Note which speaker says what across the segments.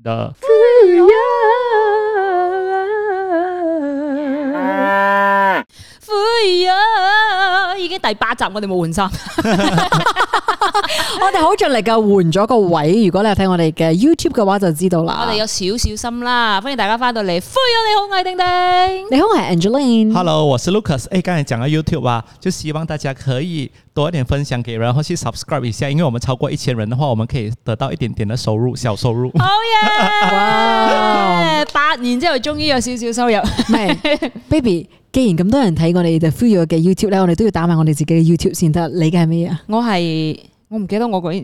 Speaker 1: 的。
Speaker 2: 灰啊！已經第八集，我哋冇換衫。
Speaker 3: 我哋好盡力嘅換咗個位，如果你係睇我哋嘅 YouTube 嘅話，就知道啦。
Speaker 2: 我哋有少少心啦，歡迎大家翻到嚟。灰啊！你好，我係丁丁。
Speaker 3: 你好，我係 Angeline。
Speaker 1: Hello，我是 Lucas。哎，刚才讲到 YouTube 啊，就希望大家可以多一点分享给人，然后去 subscribe 一下，因为我们超过一千人的话，我们可以得到一点点的收入，小收 入。
Speaker 2: 好
Speaker 3: 哇
Speaker 2: 嘢！Oh 八年之後終於有少少收入。
Speaker 3: 唔係，baby，既然咁多人睇我哋 The Fuyoh 嘅 YouTube 咧，我哋都要打埋我哋自己嘅 YouTube 先得。你嘅係咩啊？
Speaker 2: 我係我唔記得我個 喂，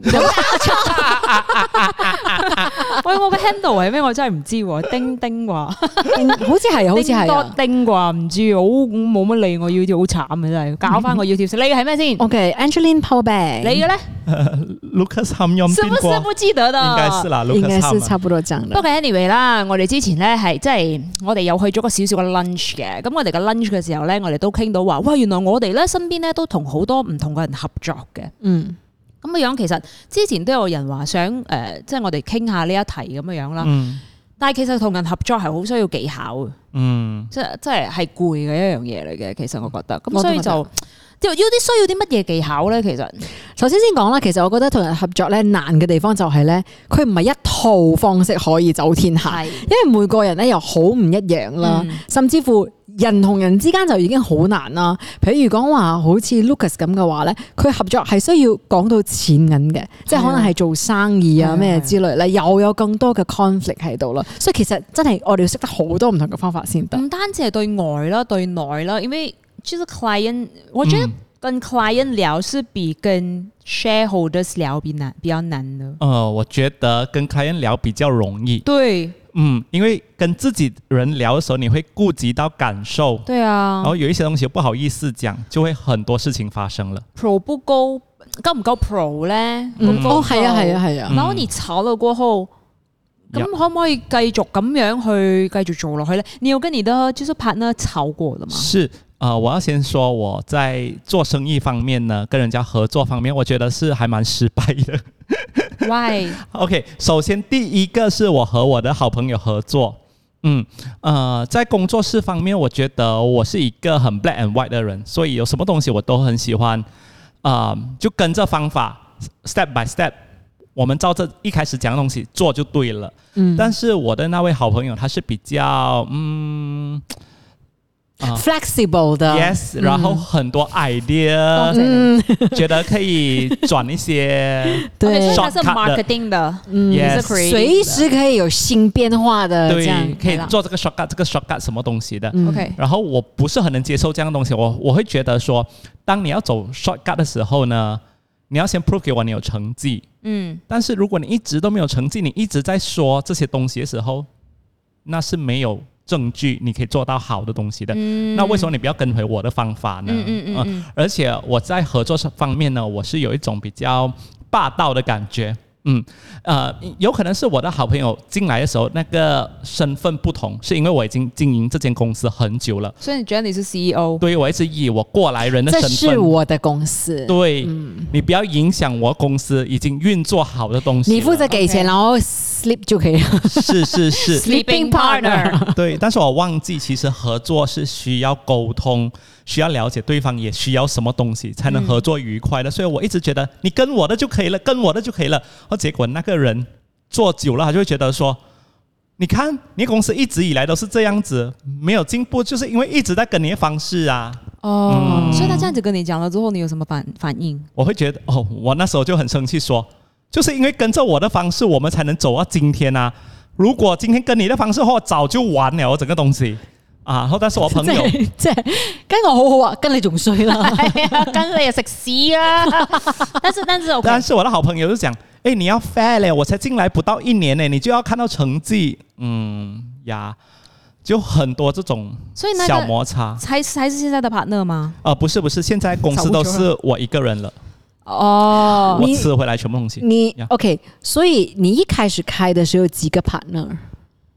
Speaker 2: 我嘅 handle 係咩？我真係唔知喎。丁丁話，
Speaker 3: 好似係，好似
Speaker 2: 丁
Speaker 3: 係
Speaker 2: 多
Speaker 3: 啊。
Speaker 2: 丁啩，唔知好冇乜理我 YouTube，好慘嘅真係。搞翻我 YouTube 先。你嘅係咩先？你
Speaker 3: OK，Angeline Power Bag，
Speaker 2: 嘅咧？
Speaker 1: Lucas 他们用
Speaker 2: 是
Speaker 1: 定
Speaker 2: 不是
Speaker 1: 过，
Speaker 2: 不記得的？
Speaker 1: 啊应该是啦
Speaker 3: 應該
Speaker 1: ，Lucas 他
Speaker 3: 是
Speaker 1: 们
Speaker 3: 差不多這樣
Speaker 2: 不
Speaker 3: 啦。
Speaker 2: 過 anyway 啦，我哋之前咧係即係我哋有去咗個少少嘅 lunch 嘅，咁我哋嘅 lunch 嘅時候咧，我哋都傾到話，喂，原來我哋咧身邊咧都同好多唔同嘅人合作嘅。
Speaker 3: 嗯，
Speaker 2: 咁嘅樣其實之前都有人話想誒、呃即係我哋傾下呢一題咁嘅樣啦。
Speaker 1: 嗯
Speaker 2: 但係其實同人合作係好需要技巧嘅，
Speaker 1: 嗯，
Speaker 2: 即係即係係攰嘅一樣嘢嚟嘅。其實我覺得，咁
Speaker 3: 我都
Speaker 2: 所以
Speaker 3: 覺得
Speaker 2: 就要要啲需要啲乜嘢技巧咧？其實
Speaker 3: 首先先講啦，其實我覺得同人合作咧難嘅地方就係咧，佢唔係一套方式可以走天下。
Speaker 2: 係
Speaker 3: 因為每個人咧又好唔一樣啦，
Speaker 2: 嗯
Speaker 3: 甚至乎人同人之間就已經好難啦。譬如講話好似 Lucas 咁嘅話咧，佢合作係需要講到錢銀嘅，即係可
Speaker 1: 啊
Speaker 3: 能係做生意
Speaker 2: 係
Speaker 3: 啊
Speaker 2: 啊
Speaker 3: 咩之類咧，又有更多嘅 conflict 喺度啦。所以其實真係我哋要識得好多唔同嘅方法先得。
Speaker 1: 嗯
Speaker 2: 唔單止係對外啦，對內啦，因為就是 client，我覺得跟 client 聊是比跟 shareholders 聊比難，比較難的。
Speaker 1: 呃，我觉得跟 client 聊比较容易，
Speaker 2: 對，
Speaker 1: 嗯，因为跟自己人聊的时候，你会顾及到感
Speaker 3: 哦
Speaker 1: 受，
Speaker 2: 對啊
Speaker 1: 然后有一些东西又不好意思讲，就会很多事情发生了。
Speaker 2: ，pro 不夠，夠唔夠 pro 咧？
Speaker 3: 嗯
Speaker 2: 夠唔夠
Speaker 3: 哦，係啊，係啊，係啊。
Speaker 1: 嗯
Speaker 2: 然後你炒了過後，咁
Speaker 1: Yup
Speaker 2: 可唔可以繼續咁樣去繼續做落去咧？你有跟你的就是 partner 炒過的 嘛？
Speaker 1: 是啊、呃我要先说我在做生意方面呢，跟人家合作方面，我觉得是还蛮失败的。
Speaker 2: 喂，
Speaker 1: OK，首先第一个是我和我的好朋友合作。嗯，呃，在工作室方面，我觉得我是一个很 black and white 的人，所以有什么东西我都很喜欢，啊、就跟着方法 step by step，我们照着一开始讲的东西做就对了。
Speaker 3: 嗯
Speaker 1: 但是我的那位好朋友他是比较嗯、啊
Speaker 3: flexible 的
Speaker 1: yes，然后很多 idea，、
Speaker 3: 嗯，
Speaker 1: 觉得可以转一些
Speaker 2: OK，所
Speaker 3: 对
Speaker 2: 以，它是
Speaker 1: Shortcut 的
Speaker 2: marketing 的，
Speaker 1: yes。
Speaker 2: 是 creative
Speaker 3: 隨時可以有新變化的，這
Speaker 1: 对
Speaker 3: 樣，
Speaker 1: 可以
Speaker 3: 啦
Speaker 1: 做这个 shortcut，这个 shortcut 什么东西的。
Speaker 3: 嗯
Speaker 2: OK
Speaker 1: 然后我不是很能接受这样的东西，我我会觉得说，当你要走 shortcut 的时候呢，你要先 prove 给我你有成绩。
Speaker 2: 嗯，
Speaker 1: 但是如果你一直都没有成绩，你一直在说这些东西的时候，那是没有证据你可以做到好的东西的。那为什么你不要跟回我的方法呢？啊
Speaker 2: 嗯嗯嗯嗯
Speaker 1: 而且我在合作方面呢，我是有一种比较霸道的感觉。嗯，呃，有可能是我的好朋友进来的时候那个身份不同，是因为我已经经营这间公司很久了，
Speaker 2: 所以你覺得你是 E CEO？
Speaker 1: 对我一直以我过来人的
Speaker 3: 這
Speaker 1: 身
Speaker 3: 是
Speaker 1: 份，
Speaker 3: 我嗯的公司。
Speaker 1: 对、你不要影响我公司已经运作好的东西了。
Speaker 3: 你负责给钱，
Speaker 2: OK
Speaker 3: 然后 sleep 就可以了。
Speaker 1: 是是 是，
Speaker 2: Sleeping partner
Speaker 1: 对，但是我忘记，其实合作是需要沟通，需要了解对方，也需要什么东西才能合作愉快
Speaker 3: 嗯
Speaker 1: 的。所以我一直觉得你跟我的就可以了，跟我的就可以了。而结果那个人做久了，他就会觉得说。你看，你公司一直以来都是这样子，没有进步，就是因为一直在跟你的方式啊。
Speaker 2: 哦，所以他这样子跟你讲了之后，你有什么反反应？
Speaker 1: 我会觉得，哦，我那时候就很生气说，就是因为跟着我的方式，我们才能走到今天啊。如果今天跟你的方式的话，我早就完了整个东西啊。然后，但是我朋 友
Speaker 3: 即系即系跟我好好啊，跟你仲衰 啦。
Speaker 2: 跟你又食屎 啊！但是但是我
Speaker 1: 但是我的好朋友就讲，哎，你要 fair 嘞，我才进来不到一年呢，你就要看到成绩，嗯呀，就很多这种
Speaker 2: 所以那
Speaker 1: 小
Speaker 2: 个
Speaker 1: 摩擦。
Speaker 2: 还是还是现在的 partner 吗？
Speaker 1: 呃，不是不是，现在公司都是我一个人了，
Speaker 2: 哦，
Speaker 1: 我
Speaker 3: 你
Speaker 1: 吃回来全部东西。
Speaker 3: 你
Speaker 1: 呀
Speaker 3: OK，所以你一开始开的时候有几个 partner？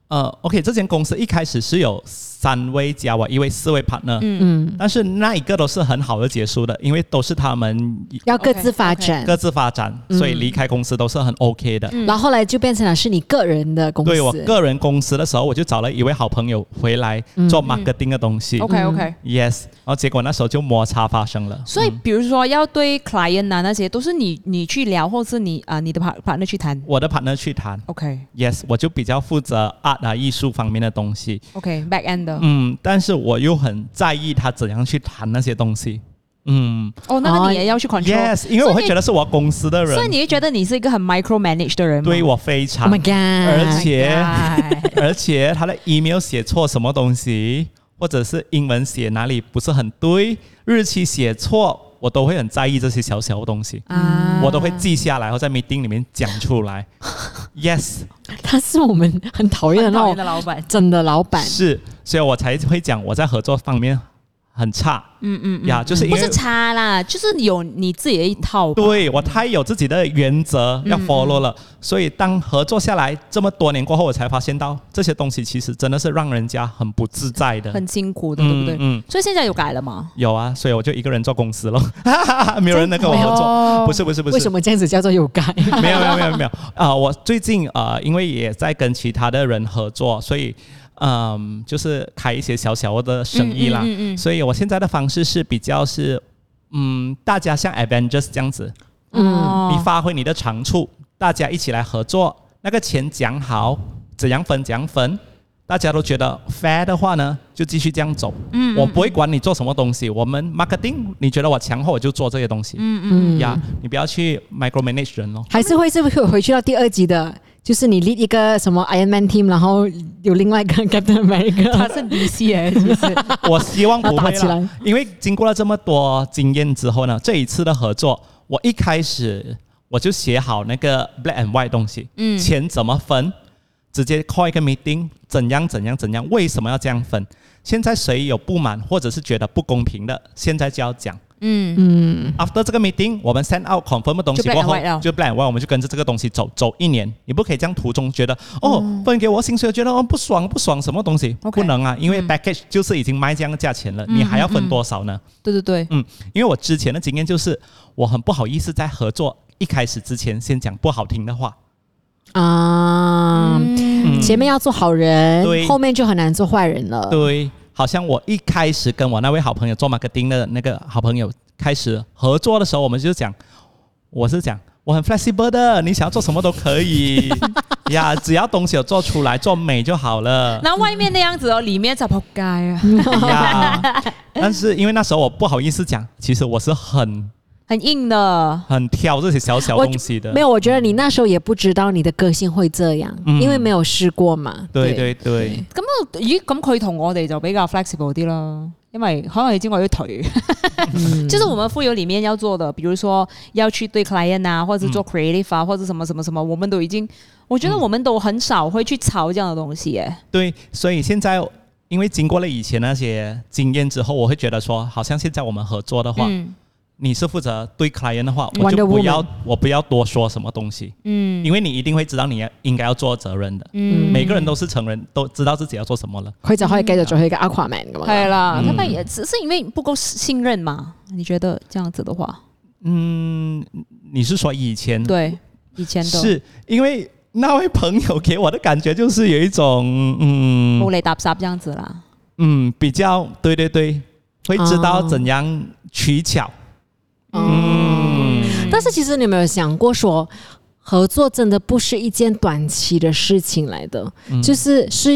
Speaker 1: 呃，OK，这间公司一开始是有三位加我一位四位 partner，
Speaker 3: 嗯，
Speaker 1: 但是那一个都是很好的结束的，因为都是他们
Speaker 3: 要各自发展。
Speaker 1: 各自发展，所以离开公司都是很 OK 的。
Speaker 3: 然后后来就变成了是你个人的公司，
Speaker 1: 对我个人公司的时候，我就找了一位好朋友回来做 marketing 的东西。
Speaker 2: 嗯 OK OK，
Speaker 1: Yes，然后结果那时候就摩擦发生了。
Speaker 2: 所以比如说要对 client 啊那些，都是你你去聊，或是你啊你的 part partner 去谈。
Speaker 1: 我的 partner 去谈
Speaker 2: OK
Speaker 1: ，Yes，我就比较负责 art 啊艺术方面的东西。
Speaker 2: OK back end 的。
Speaker 1: 嗯，但是我又很在意他怎样去谈那些东西。嗯
Speaker 2: 哦，那个你也要去 control。
Speaker 1: ，Yes，因为我会
Speaker 2: 所以
Speaker 1: 觉得是我公司的人
Speaker 2: 所以你会觉得你是一个很 micro manage 的人吗？
Speaker 1: 对我非
Speaker 3: ，Oh
Speaker 1: 常
Speaker 3: my God！
Speaker 1: 而且
Speaker 2: 哎
Speaker 1: 而且他的 email 写错什么东西，或者是英文写哪里不是很对，日期写错，我都会很在意这些小小的东西，
Speaker 2: 啊
Speaker 1: 我都会记下来，然后在 meeting 里面讲出 来。yes，
Speaker 3: 他是我们很讨厌的啊
Speaker 2: 很
Speaker 3: 那种
Speaker 2: 讨厌的老板。
Speaker 3: 真的老板，
Speaker 1: 是，所以我才会讲我在合作方面很差。嗯嗯呀，就是因
Speaker 2: 不
Speaker 1: 为
Speaker 2: 是差啦，就是有你自己的一套吧。
Speaker 1: 对我太有自己的原则
Speaker 2: 嗯
Speaker 1: 要 follow 了，所以当合作下来这么多年过后，我才发现到这些东西其实真的是让人家很不自在的。
Speaker 2: 很辛苦的，对不
Speaker 1: 嗯
Speaker 2: 对？
Speaker 1: 嗯，
Speaker 2: 所以现在有改了吗？
Speaker 1: 有啊，所以我就一个人做公司咯， 没有人能跟我合作。
Speaker 2: 哦
Speaker 1: 不是不是不是，
Speaker 3: 为什么这样子叫做有改？
Speaker 1: 没有没有没有没有啊、我最近啊、呃因为也在跟其他的人合作，所以嗯，就是开一些小小的生意啦。
Speaker 2: 嗯嗯嗯嗯
Speaker 1: 所以我现在的方式是比较是嗯，大家像 Avengers 这样子，
Speaker 3: 嗯，
Speaker 2: 哦
Speaker 1: 你发挥你的长处，大家一起来合作，那个钱讲好，怎样分怎样分。大家都觉得 fair 的话呢，就继续这样走。嗯，我不会管你做什么东西。我们 marketing，你觉得我强后我就做这些东西。嗯嗯呀，你不要去 micromanage 人咯。
Speaker 3: 还是会是不是回去到第二集的？就是你 lead 一个什么 Iron Man team，然后有另外一个 Captain
Speaker 2: 他
Speaker 3: America，
Speaker 2: 是 DC 哎，是不是？
Speaker 1: 我希望不
Speaker 3: 要打
Speaker 1: 会
Speaker 3: 起
Speaker 1: 啦
Speaker 3: 来，
Speaker 1: 因为经过了这么多经验之后呢，这一次的合作，我一开始我就写好那个 black and white 东西，嗯，钱怎么分，直接 call 一个 meeting，怎样怎样怎样，为什么要这样分？现在谁有不满或者是觉得不公平的，现在就要讲。
Speaker 2: 嗯，
Speaker 1: After 这个 meeting，我们 send out confirm 的东西
Speaker 2: 就 black
Speaker 1: 过
Speaker 2: and
Speaker 1: 后
Speaker 2: white 了，
Speaker 1: 就 black and white，我们就跟着这个东西走走一年。你不可以这样途中觉得哦，分给我薪水，觉得哦不爽不爽什么东西
Speaker 2: 嗯 OK 嗯
Speaker 1: 不能啊，因为 package 就是已经卖这样的价钱了，你还要分多少呢？
Speaker 2: 对对对，
Speaker 1: 嗯，因为我之前的经验就是，我很不好意思在合作一开始之前先讲不好听的话。
Speaker 3: 啊，
Speaker 1: 嗯
Speaker 3: 前面要做好
Speaker 1: 对
Speaker 3: 人，后面就很难做坏人了。
Speaker 1: 对，好像我一开始跟我那位好朋友做 marketing 的那个好朋友开始合作的时候，我们就讲，我是讲我很 flexible 的，你想要做什么都可 以呀，只要东西有做出来，做美就好 了
Speaker 2: 那外面那样子哦，里面就仆街啊，
Speaker 1: 嗯呀。但是因为那时候我不好意思讲，其实我是很
Speaker 2: 很硬的。
Speaker 1: 很挑这些小小
Speaker 3: 我
Speaker 1: 东西的
Speaker 3: 没。有，我觉得你那时候也不知道你的个性会这样，
Speaker 1: 嗯
Speaker 3: 因为没有试过嘛。
Speaker 1: 对对对，
Speaker 2: 咁啊咦，咁佢同我哋就比較 flexible 啲啦，因為可能你知我啲腿，
Speaker 1: 嗯
Speaker 2: 就是我們富有裡面要做的，比如說要去對 client 啊，或者
Speaker 1: 嗯
Speaker 2: 做 creative 啊，或者什麼什麼什麼，我們都已經，我覺得我們都很少會去炒這樣的東西耶。
Speaker 1: 对，所以现在因为经过了以前那些经验之后，我会觉得说，好像现在我们合作的话，
Speaker 2: 嗯
Speaker 1: 你是负责对 client 的话，我
Speaker 3: Wonder
Speaker 1: 就不
Speaker 3: Woman
Speaker 1: 要我不要多说什么东西，
Speaker 2: 嗯
Speaker 1: 因为你一定会知道你要应该要做责任的。
Speaker 2: 嗯
Speaker 1: 每个人都是成人，都知道自己要做什么了。
Speaker 3: 佢就可以繼續做佢嘅 Aquaman 噶嘛。
Speaker 2: 係啦，
Speaker 1: 嗯
Speaker 2: 他們也只是因為不夠信任嘛。你覺得這樣子的話，
Speaker 1: 嗯，你是说以前
Speaker 2: 對以前都
Speaker 1: 嗯是因为那位朋友给我的感觉就是有一种嗯
Speaker 2: 冇嚟搭霎這樣子啦。
Speaker 1: 嗯比较对对对，会知道
Speaker 3: 哦
Speaker 1: 怎样取巧。
Speaker 3: 嗯，但是其实你有没有想过说，合作真的不是一件短期嘅事情嚟的，
Speaker 1: 嗯
Speaker 3: 就是是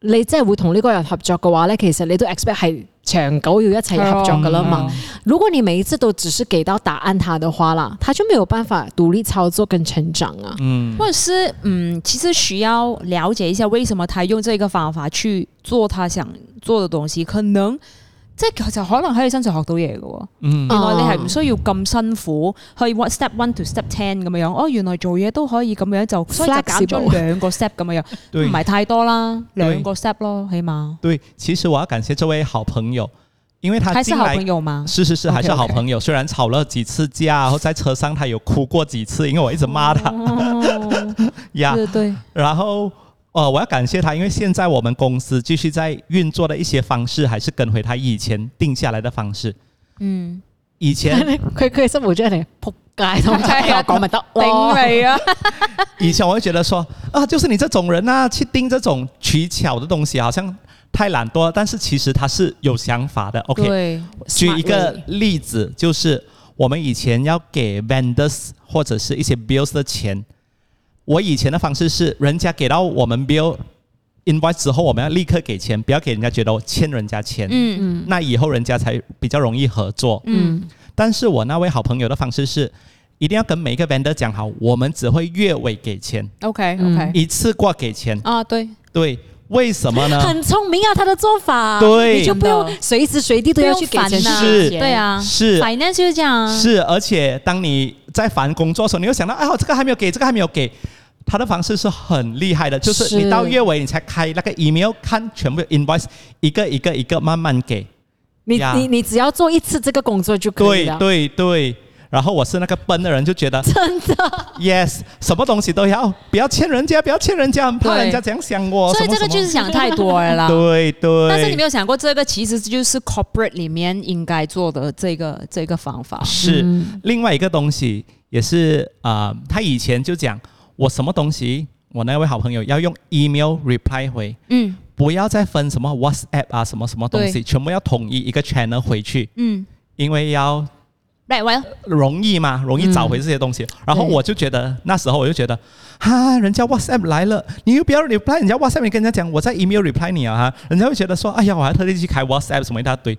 Speaker 3: 你真係會同呢個人合作嘅話咧，其實你都 expect 係長久要一齊合作
Speaker 2: 嗯
Speaker 3: 噶啦
Speaker 1: 嗯
Speaker 3: 嘛。如果你每一次都只是給到答案他的話啦，他就沒有辦法獨立操作跟成長啊。
Speaker 1: 嗯
Speaker 2: 或者是嗯，其实需要了解一下为什么他用这个方法去做他想做嘅东西，可能即係其實可能喺你身上學到嘢嘅喎。
Speaker 1: 嗯
Speaker 2: 原來你係唔需要咁辛苦去 what step one to step ten 咁樣。哦，原來做嘢都可以咁樣就，所以就減
Speaker 3: Flexible
Speaker 2: 咗兩個 step 咁樣，
Speaker 1: 对
Speaker 2: 唔係太多啦，
Speaker 1: 對
Speaker 2: 兩個 step 咯，起碼。
Speaker 1: 对，其实我要感谢这位好朋友，因为他
Speaker 2: 還是
Speaker 1: 进
Speaker 2: 好
Speaker 1: 来
Speaker 2: 朋友嘛？
Speaker 1: 是是是，
Speaker 2: OK，
Speaker 1: 还是好朋友。虽然吵了几次架，然后在车上啊他有哭过几次，因为我一直骂他
Speaker 2: 哦，
Speaker 1: 呀。
Speaker 2: 對對，
Speaker 1: 然后呃，我要感谢他，因为现在我们公司继续在运作的一些方式，还是跟回他以前定下来的方式。
Speaker 2: 嗯，
Speaker 1: 以 前
Speaker 3: 佢佢嘅生活真係仆街，同出
Speaker 2: 係啊
Speaker 3: 我講咪得咯。
Speaker 2: 頂你啊！
Speaker 1: 以前我会觉得说啊，就是你这种人啊，去盯这种取巧的东西，好像太懒惰了。但是其实他是有想法的。OK，
Speaker 2: 对，
Speaker 1: 举一个
Speaker 3: Smart way
Speaker 1: 例子，就是我们以前要给 vendors 或者是一些 bills 的钱，我以前的方式是，人家给到我们 bill invoice 之后，我们要立刻给钱，不要给人家觉得我欠人家钱，
Speaker 2: 嗯
Speaker 1: 那以后人家才比较容易合作。
Speaker 2: 嗯
Speaker 1: 但是我那位好朋友的方式是，一定要跟每一个 vendor 讲好，我们只会月尾给钱，
Speaker 2: ，OK
Speaker 3: 嗯
Speaker 2: OK，
Speaker 1: 一次过给钱。
Speaker 2: 啊对，
Speaker 1: 对，为什么呢？
Speaker 3: 很聪明啊，他的做法，
Speaker 1: 对
Speaker 3: 你就不用随时随地都要去给钱
Speaker 2: 不用烦
Speaker 1: 啊
Speaker 3: 去借
Speaker 2: 对啊
Speaker 1: 是
Speaker 2: ，finance 就是这样啊，
Speaker 1: 是，而且当你在烦工作的时候，你会想到，哎，我这个还没有给，这个还没有给。他的方式是很厉害的，就是
Speaker 3: 是
Speaker 1: 你到月尾你才开那个 email 看全部 invoice，一个一个一个慢慢给。
Speaker 3: 你
Speaker 1: 呀
Speaker 3: 你你只要做一次这个工作就可
Speaker 1: 对
Speaker 3: 以了。
Speaker 1: 对对。然后我是那个笨的人，就觉得真的 yes，什么东西都要不要欠人家，不要欠人家，很怕
Speaker 2: 对
Speaker 1: 人家怎样想我。
Speaker 2: 所以
Speaker 1: 哦什么
Speaker 2: 这个
Speaker 1: 什
Speaker 2: 就
Speaker 1: 么
Speaker 2: 是想太多了 啦。
Speaker 1: 对对。
Speaker 2: 但是你没有想过，这个其实就是 corporate 里面应该做的这个这个方法。
Speaker 1: 是、另外一个东西，也是啊、呃他以前就讲我什么东西，我那位好朋友要用 email reply 回，
Speaker 2: 嗯
Speaker 1: 不要再分什么 WhatsApp 啊，什么什么东西，
Speaker 2: 对
Speaker 1: 全部要统一一个 channel 回去，
Speaker 2: 嗯，
Speaker 1: 因为要
Speaker 2: 来完
Speaker 1: 容易嘛，容易找回这些东西。
Speaker 2: 嗯
Speaker 1: 然后我就觉得那时候我就觉得，哈，人家 WhatsApp 来了，你又不要 reply 人家 WhatsApp，你跟人家讲我在 email reply 你啊，哈，人家会觉得说，哎呀，我还特地去开 WhatsApp 什么一大堆。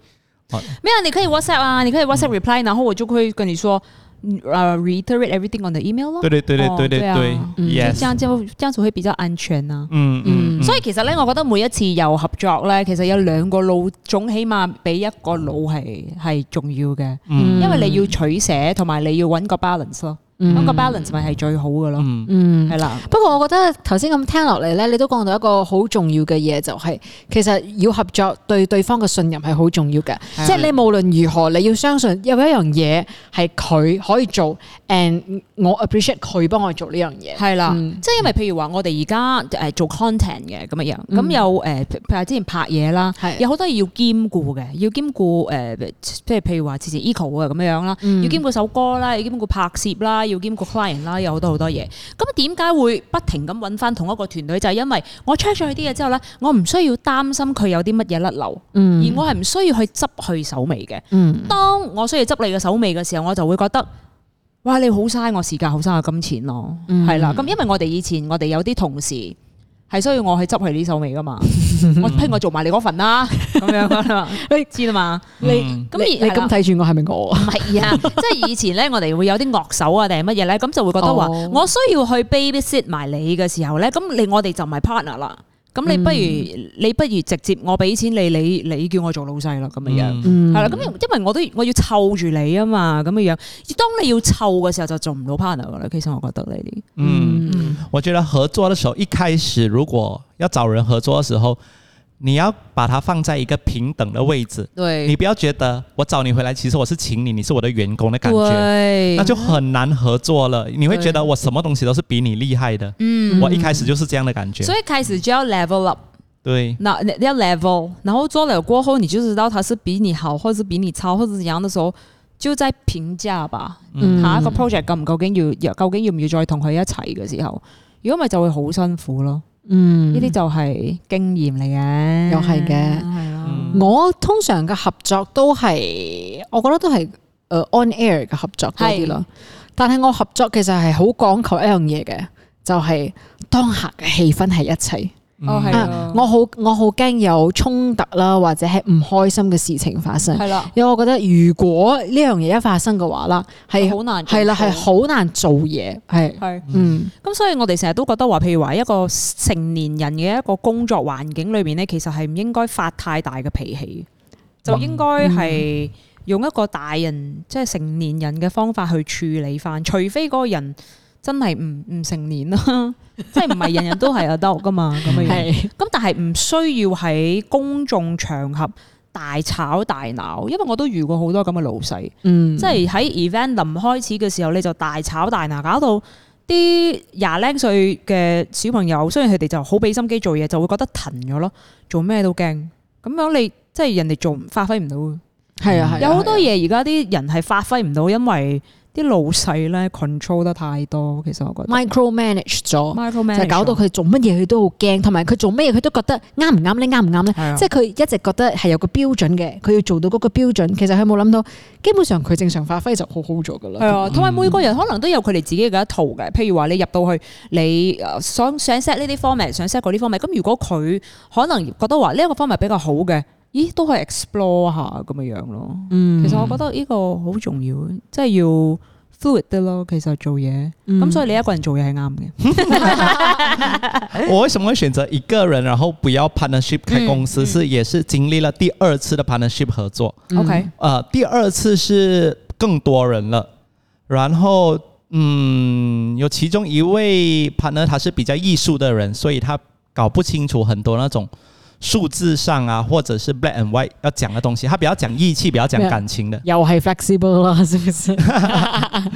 Speaker 2: 没有？你可以 WhatsApp 啊，你可以
Speaker 1: 嗯
Speaker 2: WhatsApp reply，然后我就会跟你说，嗯呃，reiterate everything on the email 咯。
Speaker 1: 对对对对
Speaker 2: 哦
Speaker 1: 对对
Speaker 2: 对啊
Speaker 1: 对
Speaker 3: 嗯
Speaker 2: 就这
Speaker 1: ，yes，
Speaker 2: 样就这样子会比较安全呐、
Speaker 1: 嗯嗯，
Speaker 2: 所以其實咧，我覺得每一次有合作咧，其實有兩個腦，總起碼比一個腦係係重要嘅，
Speaker 1: 嗯
Speaker 2: 因為你要取捨，同埋你要揾個 balance 咯，揾、個 balance 咪係最好嘅咯，
Speaker 1: 嗯。
Speaker 3: 嗯。
Speaker 2: 係啦，
Speaker 3: 不過我覺得頭先咁聽落嚟咧，你都講到一個好重要嘅嘢，就係、其實要合作對對方嘅信任係好重要嘅。
Speaker 2: 係
Speaker 1: 嗯
Speaker 3: 即係你無論如何，你要相信有一樣嘢係佢可以做，and 我 appreciate 佢幫我做呢樣嘢。
Speaker 2: 係啦。
Speaker 3: 嗯
Speaker 2: 即係因為譬如話，我哋而家誒做 content 嘅咁樣樣，咁有誒、呃譬譬如之前拍嘢啦，
Speaker 3: 嗯係
Speaker 2: 有好多嘢要兼顧嘅，要兼顧誒、呃即係譬如話之前 eco 啊咁樣樣啦，
Speaker 3: 嗯
Speaker 2: 要兼顧首歌啦，要兼顧拍攝啦，要兼顧 client 啦，有好多好多嘢。咁點解會不停咁揾翻同一個團隊？就係、因為我 check 咗佢啲嘢之後咧，我唔需要擔心佢有啲乜嘢甩漏，而我係唔需要去執去手尾嘅。
Speaker 3: 嗯
Speaker 2: 當我需要執你嘅手尾嘅時候，我就會覺得。哇！你好嘥我時間，好嘥我金錢咯，係啦、咁因為我哋以前我哋有啲同事係需要我去執佢呢手尾噶 嘛，我聽我做埋你嗰份啦，咁樣噶啦， 你知啦嘛。
Speaker 3: 你
Speaker 2: 咁
Speaker 3: 你
Speaker 2: 而
Speaker 3: 你咁睇住我係咪我啊？
Speaker 2: 唔係 啊，即係以前咧，我哋會有啲樂手啊定係乜嘢咧，咁就會覺得話，
Speaker 3: 哦
Speaker 2: 我需要去 babysit 埋你嘅時候咧，咁你我哋就唔係 partner 啦。咁你不如、你不如直接我俾錢你，你你叫我做老細啦咁嘅
Speaker 1: 嗯
Speaker 2: 樣。
Speaker 3: 嗯
Speaker 2: 係啦，咁因因為我都我要湊住你啊嘛，咁嘅樣。當你要湊嘅時候就做唔到 partner 噶啦。其實我覺得呢啲，
Speaker 1: 嗯，我觉得合作的时候，一开始如果要找人合作的时候，你要把它放在一个平等的位置，你
Speaker 2: 對
Speaker 1: 不要觉得我找你回来，其实我是请你，你是我的员工的感觉，
Speaker 2: 對，
Speaker 1: 那就很难合作了。你会觉得我什么东西都是比你厉害的，
Speaker 2: 嗯，
Speaker 1: 我一开始就是这样的感觉。
Speaker 2: 所以開始就要 level up。
Speaker 1: 对，
Speaker 2: 那你要 level，然后做了过后，你就知道他是比你好，或者是比你差，或者怎样的时候，就在评价吧。
Speaker 3: 嗯
Speaker 2: 下一個 project 咁究竟要，要究竟要唔要再同佢一齊嘅時候，如果咪就會好辛苦咯。
Speaker 3: 嗯
Speaker 2: 呢啲就係經驗嚟嘅，
Speaker 3: 又係嘅嗯
Speaker 2: 係咯。
Speaker 3: 我通常嘅合作都係，我覺得都係誒、呃 on air 嘅合作多啲咯。但係我合作其實係好講求一樣嘢嘅，就係、當下嘅氣氛係一齊。
Speaker 1: 嗯
Speaker 2: 哦，係
Speaker 3: 啊
Speaker 2: 啊，
Speaker 3: 我好我好驚有衝突啦，或者係唔開心嘅事情發生。
Speaker 2: 係啦，
Speaker 3: 因為我覺得如果呢樣嘢一發生嘅話啦，係
Speaker 2: 好難做
Speaker 3: 係啦，係好難做嘢，係
Speaker 2: 係。
Speaker 3: 嗯
Speaker 2: 咁所以我哋成日都覺得話，譬如話一個成年人嘅一個工作環境裏面咧，其實係唔應該發太大嘅脾氣，就應該係用一個大人即係成年人嘅方法去處理翻，除非嗰個人真係唔唔成年啦， 即係唔係人人都係 adult 噶嘛咁
Speaker 3: 嗯
Speaker 2: 嘅樣。
Speaker 3: 係
Speaker 2: 咁但嗯係唔需要喺公眾場合大吵大鬧，因為我都遇過好多咁嘅老細。
Speaker 3: 嗯
Speaker 2: 即係喺 event 臨開始嘅時候，你就大吵大鬧，搞到啲廿零歲嘅小朋友，雖然佢哋就好俾心機做嘢，就會覺得騰咗咯，做咩都驚。咁樣你即係人哋做唔發揮唔到嘅。
Speaker 3: 係啊係啊，
Speaker 2: 有好多
Speaker 3: 係啊
Speaker 2: 嘢而家啲人係發揮唔到，因為啲老細咧 control 得太多。其實我覺得
Speaker 3: micromanage 咗，
Speaker 2: micromanage
Speaker 3: 就搞到佢做乜嘢佢都好驚，同埋佢做乜嘢佢都覺得啱唔啱咧，啱唔啱咧。
Speaker 2: 係啊
Speaker 3: 即係佢一直覺得係有個標準嘅，佢要做到嗰個標準。其實佢冇諗到，基本上佢正常發揮就好好咗噶
Speaker 2: 係
Speaker 3: 啦。
Speaker 2: 啊，同埋每個人可能都有佢哋自己嘅一套嘅。譬如話你入到去，你呃想想 set 呢啲 format，想 set 嗰啲 format。咁如果佢可能覺得話呢一個 format 比較好嘅，咦，都可以 explore 下咁嘅樣咯。
Speaker 3: 嗯
Speaker 2: 其實我覺得呢個好重要，即係要 fluid 啲咯。其實做嘢，
Speaker 3: 嗯
Speaker 2: 咁所以你一個人做嘢係啱嘅。
Speaker 1: 我为什么会选择一个人，然后不要 partnership 开公
Speaker 2: 嗯
Speaker 1: 司？是也是经历了第二次的 partnership 合作，
Speaker 2: OK，
Speaker 1: 呃，第二次是更多人了，然后嗯，有其中一位 partner 他是比较艺术的人，所以他搞不清楚很多那种数字上啊，或者是 black and white 要讲的东西，他比较讲义气，比较讲
Speaker 3: 没有
Speaker 1: 感情的。
Speaker 3: 又係 flexible 啦， 是不 是？
Speaker 2: 唔係可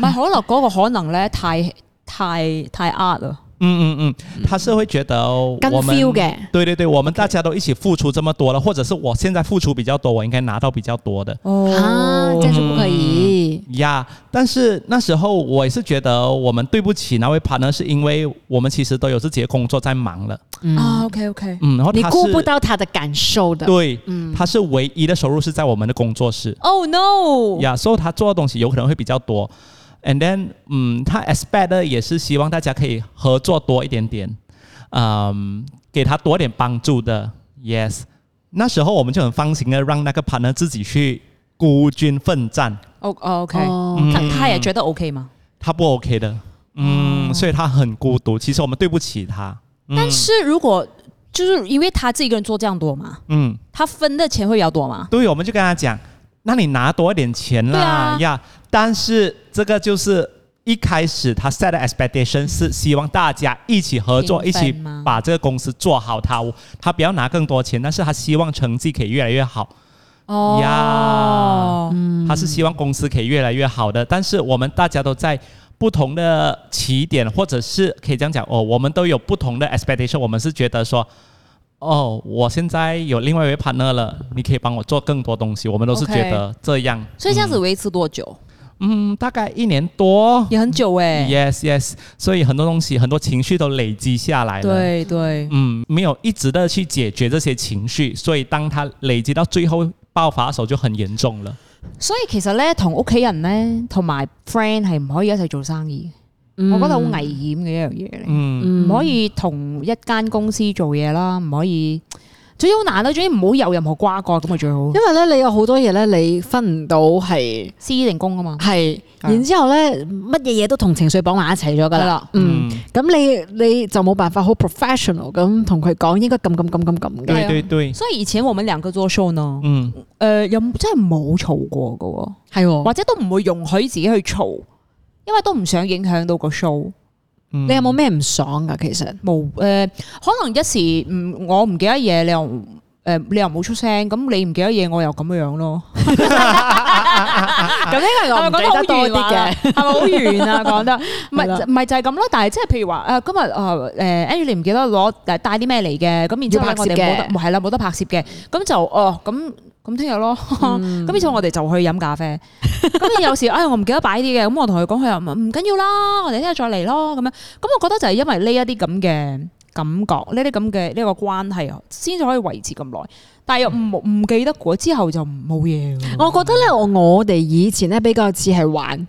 Speaker 2: 樂嗰個可能咧太太太 art 啊啦。
Speaker 1: 嗯嗯嗯，他是会觉得
Speaker 3: 跟
Speaker 1: 我们
Speaker 3: feel 嘅，
Speaker 1: 对对对，我们大家都一起付出这么多了，或者是我现在付出比较多，我应该拿到比较多的
Speaker 2: 哦
Speaker 3: 啊，這樣就不可以。
Speaker 1: 呀。但是那时候我也是觉得我们对不起那位 partner，是因为我们其实都有自己的工作在忙了。
Speaker 2: 啊，OK OK，
Speaker 1: 嗯，然后
Speaker 3: 你
Speaker 1: 他
Speaker 3: 顧不
Speaker 1: 是
Speaker 3: 到他的感受的。嗯
Speaker 1: 对，他是唯一的收入是在我们的工作室
Speaker 2: Oh no！
Speaker 1: 呀，所以他做的东西有可能会比较多。And then，嗯，他 expect 的也是希望大家可以合作多一点点，嗯，给他多点帮助的。Yes，那时候我们就很放心的让那个 partner 自己去孤军奋战，
Speaker 2: O OK，
Speaker 3: 哦
Speaker 1: 嗯
Speaker 2: 他他也觉得 OK 嘛？
Speaker 1: 他不 OK 的，嗯，所以他很孤独。其实我们对不起他，
Speaker 2: 但是如果就是因为他自己一个人做这样多嘛，
Speaker 1: 嗯，
Speaker 2: 他分的钱会比较多嘛？
Speaker 1: 对，我们就跟他讲，那你拿多一点钱
Speaker 2: 对
Speaker 1: 啦
Speaker 2: 啊
Speaker 1: 呀。但是这个就是一开始他 set 的 expectation 是希望大家一起合作，一
Speaker 2: 平分
Speaker 1: 起
Speaker 2: 吗
Speaker 1: 把这个公司做好它。他不要拿更多钱，但是他希望成绩可以越来越好。
Speaker 2: 哦嗯
Speaker 1: 呀他是希望公司可以越来越好的。但是我们大家都在不同的起点，或者是可以这样讲哦，我们都有不同的 expectation。我们是觉得说，哦，我现在有另外一位 partner 了，你可以帮我做更多东西。我们都是
Speaker 2: OK
Speaker 1: 觉得这样。
Speaker 2: 所以这样子维持多久？
Speaker 1: 嗯，嗯，大概一年多。
Speaker 2: 也很久哎、
Speaker 1: Yes, yes，所以很多东西、很多情绪都累积下来了。，
Speaker 2: 对对，
Speaker 1: 嗯，没有一直的去解决这些情绪，所以当它累积到最后爆发的时候，就很严重了。
Speaker 2: 所以其實咧，同屋企人咧，同埋 friend 係唔可以一齊做生意嘅，我覺得好危險嘅一樣嘢嚟。
Speaker 1: 嗯。
Speaker 2: 唔可以同一間公司做嘢啦，唔可以，最好難啦，啊最唔好有任何瓜葛咁啊最好
Speaker 3: 因。為咧，你有好多嘢咧，你分唔到係
Speaker 2: 私定工啊嘛，
Speaker 3: 係，
Speaker 2: 啊
Speaker 3: 然之後咧，乜嘢嘢都同情緒綁埋一齊咗噶
Speaker 2: 係
Speaker 3: 啦。
Speaker 2: 啦，
Speaker 3: 嗯，咁你你就冇辦法好 professional 咁同佢講，應該咁咁咁咁咁
Speaker 2: 嗯
Speaker 3: 嘅。
Speaker 1: 对
Speaker 2: 啊
Speaker 1: 对对，
Speaker 2: 所以以前我們兩個做 show 呢，
Speaker 1: 嗯
Speaker 2: 誒、又真係冇嘈過嘅喎。
Speaker 3: 係喎，
Speaker 2: 或者都唔會容許自己去嘈，因為都唔想影響到個 show。
Speaker 1: 嗯，
Speaker 3: 你有冇咩唔爽噶？其實
Speaker 2: 冇誒、呃可能一時唔我唔記得嘢，你又誒、呃你又冇出聲，咁你唔記得嘢，我又咁樣咯。
Speaker 3: 咁 因為我唔記得多啲嘅。
Speaker 2: 係咪啊好遠啊？講得唔
Speaker 3: 係啦
Speaker 2: 係唔係就係咁咯。但係即係譬如話呃誒，今日誒誒 Angeline 唔記得攞誒帶啲咩嚟嘅，咁然之後
Speaker 3: 要
Speaker 2: 呢
Speaker 3: 拍攝
Speaker 2: 我哋冇得
Speaker 3: 嘅
Speaker 2: 係啦冇得拍攝嘅，咁就哦咁。咁聽日咯，咁然之後我哋就去飲咖啡。咁有時，哎，我唔記得擺啲嘅，咁我同佢講，佢又唔唔緊要啦，我哋聽日再嚟咯，咁樣。咁我覺得就係因為呢一啲咁嘅感覺，呢啲咁嘅呢個關係，啊先至可以維持咁耐。但係又唔唔記得過之後就冇嘢㗎咯，
Speaker 3: 我覺得咧，我我哋以前咧比較似係玩，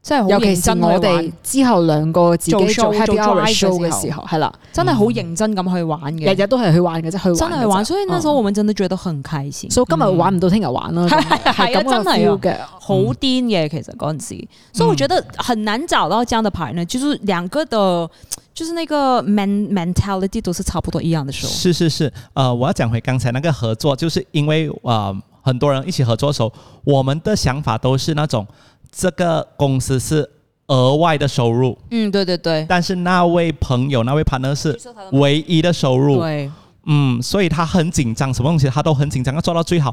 Speaker 2: 即係好
Speaker 3: 尤其
Speaker 2: 認
Speaker 3: 是
Speaker 2: 真去
Speaker 3: 我
Speaker 2: 玩
Speaker 3: 哋之後兩個自己
Speaker 2: 做
Speaker 3: 做
Speaker 2: show，
Speaker 3: happy
Speaker 2: 做
Speaker 3: hour
Speaker 2: drive 嘅
Speaker 3: show 嘅
Speaker 2: 時候
Speaker 3: 時候，係啦，
Speaker 2: 真係好認真咁去玩嘅，
Speaker 3: 日日都係去玩嘅啫，去
Speaker 2: 真係去玩。嗯
Speaker 3: 玩嘅啫。
Speaker 2: 所以那時候我們真的覺得很開心，
Speaker 3: 所以今日玩唔到，聽日玩 啦。
Speaker 2: 係
Speaker 3: 咁
Speaker 2: 係啊
Speaker 3: 咁嘅
Speaker 2: 真係啊
Speaker 3: feel 嘅。
Speaker 2: 好癲嘅其實嗰陣時，所以我覺得很難找到這樣的 partner，就是兩個的，就是那個 men mentality 都是差不多一樣的時候。
Speaker 1: 是是是，呃，我要讲回刚才那个合作，就是因为呃很多人一起合作的时候，我们的想法都是那种这个公司是额外的收入，
Speaker 2: 嗯，對對對，
Speaker 1: 但是那位朋友那位 partner 是唯一的收入，
Speaker 2: 對，
Speaker 1: 嗯，所以他很紧张，什么东西他都很紧张，要做到最好。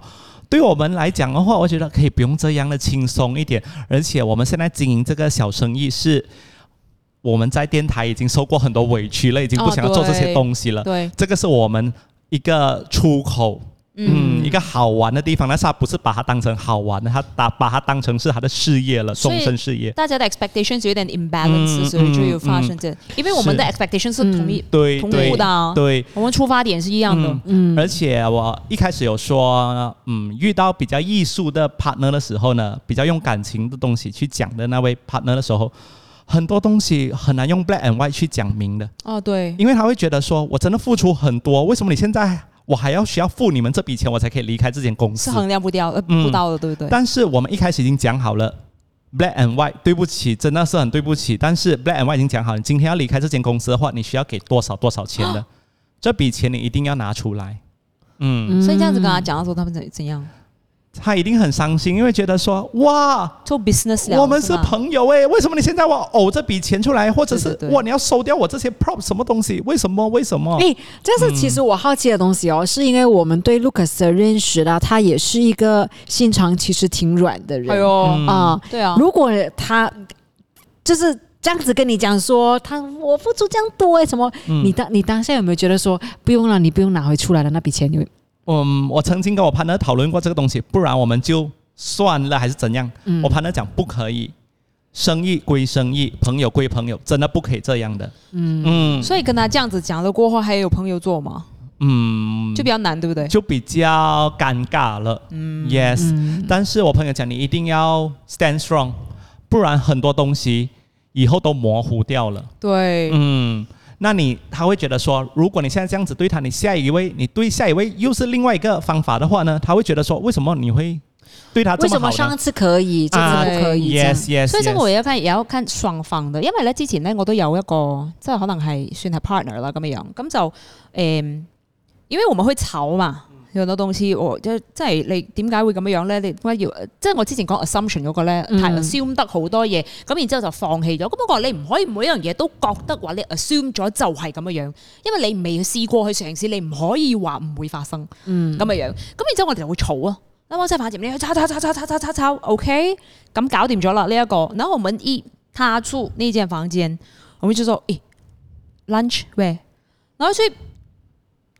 Speaker 1: 对我们来讲的话，我觉得可以不用这样的轻松一点，而且我们现在经营这个小生意是我们在电台已经受过很多委屈了，已经不
Speaker 2: 哦
Speaker 1: 想要做这些
Speaker 2: 对
Speaker 1: 东西了。
Speaker 2: 对，
Speaker 1: 这个是我们一个出口，嗯，一个好玩的地方。但是他不是把它当成好玩的，他打把它当成是他的事业了，
Speaker 2: 所以
Speaker 1: 终身事业。
Speaker 2: 大家的 expectations 有点 imbalance，、
Speaker 1: 嗯
Speaker 2: 所以就有发生这，因为我们的 expectations 是同一、
Speaker 1: 对
Speaker 2: 同
Speaker 1: 对
Speaker 2: 步的、啊，
Speaker 1: 对，
Speaker 2: 我们出发点是一样的。
Speaker 1: 嗯而且我一开始有说，嗯，遇到比较艺术的 partner 的时候呢，比较用感情的东西去讲的那位 partner 的时候，很多东西很难用 black and white 去讲明的。
Speaker 2: 哦，对，
Speaker 1: 因为他会觉得说，我真的付出很多，为什么你现在我还要需要付你们这笔钱，我才可以离开这间公司
Speaker 2: 是？衡量不掉、呃、
Speaker 1: 嗯
Speaker 2: 不到的，对不对？
Speaker 1: 但是我们一开始已经讲好了，black and white，对不起，真的是很对不起。但是 black and white 已经讲好，你今天要离开这间公司的话，你需要给多少多少钱
Speaker 2: 啊
Speaker 1: 的，这笔钱你一定要拿出来。嗯，
Speaker 2: 所以这样子跟他讲的时候，他们怎怎样
Speaker 1: 他一定很伤心，因为觉得说，哇，
Speaker 2: 做 business 了？
Speaker 1: 我们是
Speaker 2: 啊吗
Speaker 1: 朋友诶，为什么你现在我呕这笔钱出来，或者是
Speaker 2: 对对对
Speaker 1: 哇你要收掉我这些 prop 什么东西？为什么？为什么？
Speaker 3: 诶，但是其实我好奇的东西哦，是因为我们对 Lucas 的认识啦，他也是一个心肠其实挺软的人。
Speaker 2: 哎呦，
Speaker 1: 嗯
Speaker 3: 啊、
Speaker 2: 对啊，
Speaker 3: 如果他就是这样子跟你讲说，他我付出这样多哎为什么？你当你当下有没有觉得说不用了，你不用拿回出来了那笔钱？你会
Speaker 1: 嗯，我曾经跟我 partner 讨论过这个东西，不然我们就算了，还是怎样？我 partner 讲不可以，生意归生意，朋友归朋友，真的不可以这样的。嗯嗯
Speaker 2: 所以跟他这样子讲了过后，还有朋友做吗？
Speaker 1: 嗯，
Speaker 2: 就比较难，对不对？
Speaker 1: 就比较尴尬了。嗯，yes，但是我朋友讲你一定要 stand strong，不然很多东西以后都模糊掉了。
Speaker 2: 对，
Speaker 1: 嗯，那你他会觉得说，如果你现在这样子对他，你下一位，你对下一位又是另外一个方法的话呢，他会觉得说，为什么你会对他啊这
Speaker 3: 为
Speaker 1: 么
Speaker 3: 什
Speaker 1: 好
Speaker 3: 么
Speaker 1: 呢啊
Speaker 3: 上次可以，这次不可以？这样
Speaker 1: Yes, yes,
Speaker 2: 所以真
Speaker 1: yes
Speaker 2: 係我而家看，也要看雙方嘅，因為咧之前咧我都有一個即係可能係算係 partner 啦咁樣樣，咁就誒、嗯因為我們去炒嘛。
Speaker 1: 嗯
Speaker 2: 有好多東西，我即即係你點解會咁樣樣咧？你點解要即係我之前講 assumption 嗰個咧，太
Speaker 1: 嗯
Speaker 2: assume 得好多嘢，咁然之後就放棄咗。咁不過你唔可以每一樣嘢都覺得話你 assume 咗就係咁樣樣，因為你未試過去嘗試，你唔可以話唔會發生。
Speaker 3: 嗯
Speaker 2: 咁嘅樣。咁然之後我哋就會嘈啊。那我再把點呢？吵吵吵吵吵吵吵吵，OK，咁搞掂咗啦呢一個。然後我們一踏出那間房間，我們就說：，咦、lunch 喂，然後所以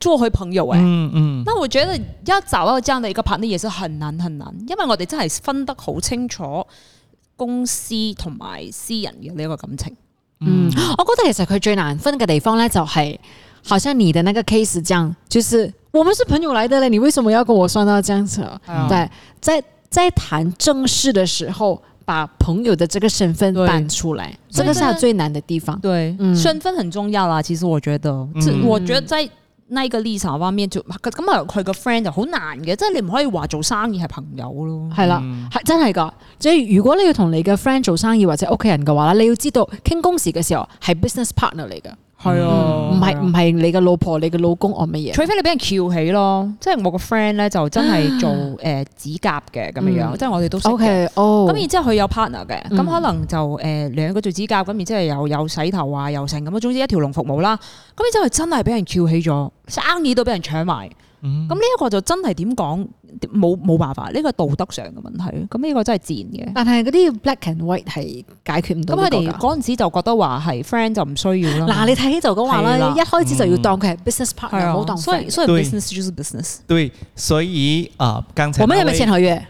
Speaker 2: 做回朋友誒、啊
Speaker 1: 嗯嗯
Speaker 2: 那我覺得要找到這樣的一個 partner 也是很難很難，因為我哋真係分得好清楚公司同埋私人嘅呢一個感情。
Speaker 3: 嗯，我觉得其实佢最难分嘅地方咧，就系好像你的那个 case 这样，就是我们是朋友来的嘞，你为什么要跟我算到这样子？
Speaker 2: 嗯
Speaker 3: 对，在在谈正事的时候，把朋友的这个身份
Speaker 2: 对
Speaker 3: 搬出来，这
Speaker 2: 所以
Speaker 3: 个是
Speaker 2: 真
Speaker 3: 他
Speaker 2: 的
Speaker 3: 最难的地方。
Speaker 2: 对，
Speaker 3: 嗯
Speaker 2: 身份很重要啦。其實我覺得，即
Speaker 1: 嗯
Speaker 2: 我覺得在那個 Lisa 方面就咁啊，佢個 friend 就好難嘅，即係你唔可以話做生意係朋友咯。
Speaker 3: 系
Speaker 1: 嗯
Speaker 3: 啦，系真係㗎。即係如果你要同你嘅 friend 做生意或者屋企人嘅話咧，你要知道傾工時嘅時候係 business partner 嚟㗎，
Speaker 2: 係啊
Speaker 3: 唔係唔係你嘅老婆、你嘅老公我乜嘢。
Speaker 2: 除非你俾人翹起咯，即係我個 friend 咧就真係 做誒指甲嘅咁樣樣，
Speaker 3: 嗯
Speaker 2: 即係我哋都識
Speaker 3: O
Speaker 2: 嘅。
Speaker 3: K，哦，
Speaker 2: 咁然之後佢有 partner 嘅，咁
Speaker 3: 嗯
Speaker 2: 可能就誒兩個做指甲，咁然之後又有洗頭啊，又成咁啊，總之一條龍服務啦。咁然之後佢真係俾人翹起咗，生意都俾人搶埋。
Speaker 1: 嗯
Speaker 2: 咁呢一個就真係點講冇冇辦法，呢個道德上嘅問題。咁呢個真係自然嘅。
Speaker 3: 但係嗰啲 black and white 係解決唔到
Speaker 2: 咁佢
Speaker 3: 呢個
Speaker 2: 哋
Speaker 3: 㗎。
Speaker 2: 嗰陣時就覺得話係 friend 就唔需要啦。
Speaker 3: 嗱，你睇起就咁話
Speaker 2: 嗯係
Speaker 3: 啦
Speaker 2: 啦，嗯
Speaker 3: 一開始就要當佢係 business
Speaker 2: 係
Speaker 3: partner，唔好
Speaker 2: 啊，
Speaker 3: 當
Speaker 2: 所
Speaker 3: friend
Speaker 2: 以。所以
Speaker 1: 對
Speaker 2: business 就是 business。
Speaker 1: 对，所以啊、呃刚才
Speaker 3: 我們
Speaker 1: 那
Speaker 3: 有冇
Speaker 1: 位
Speaker 3: 簽合
Speaker 2: 嗯
Speaker 3: 約？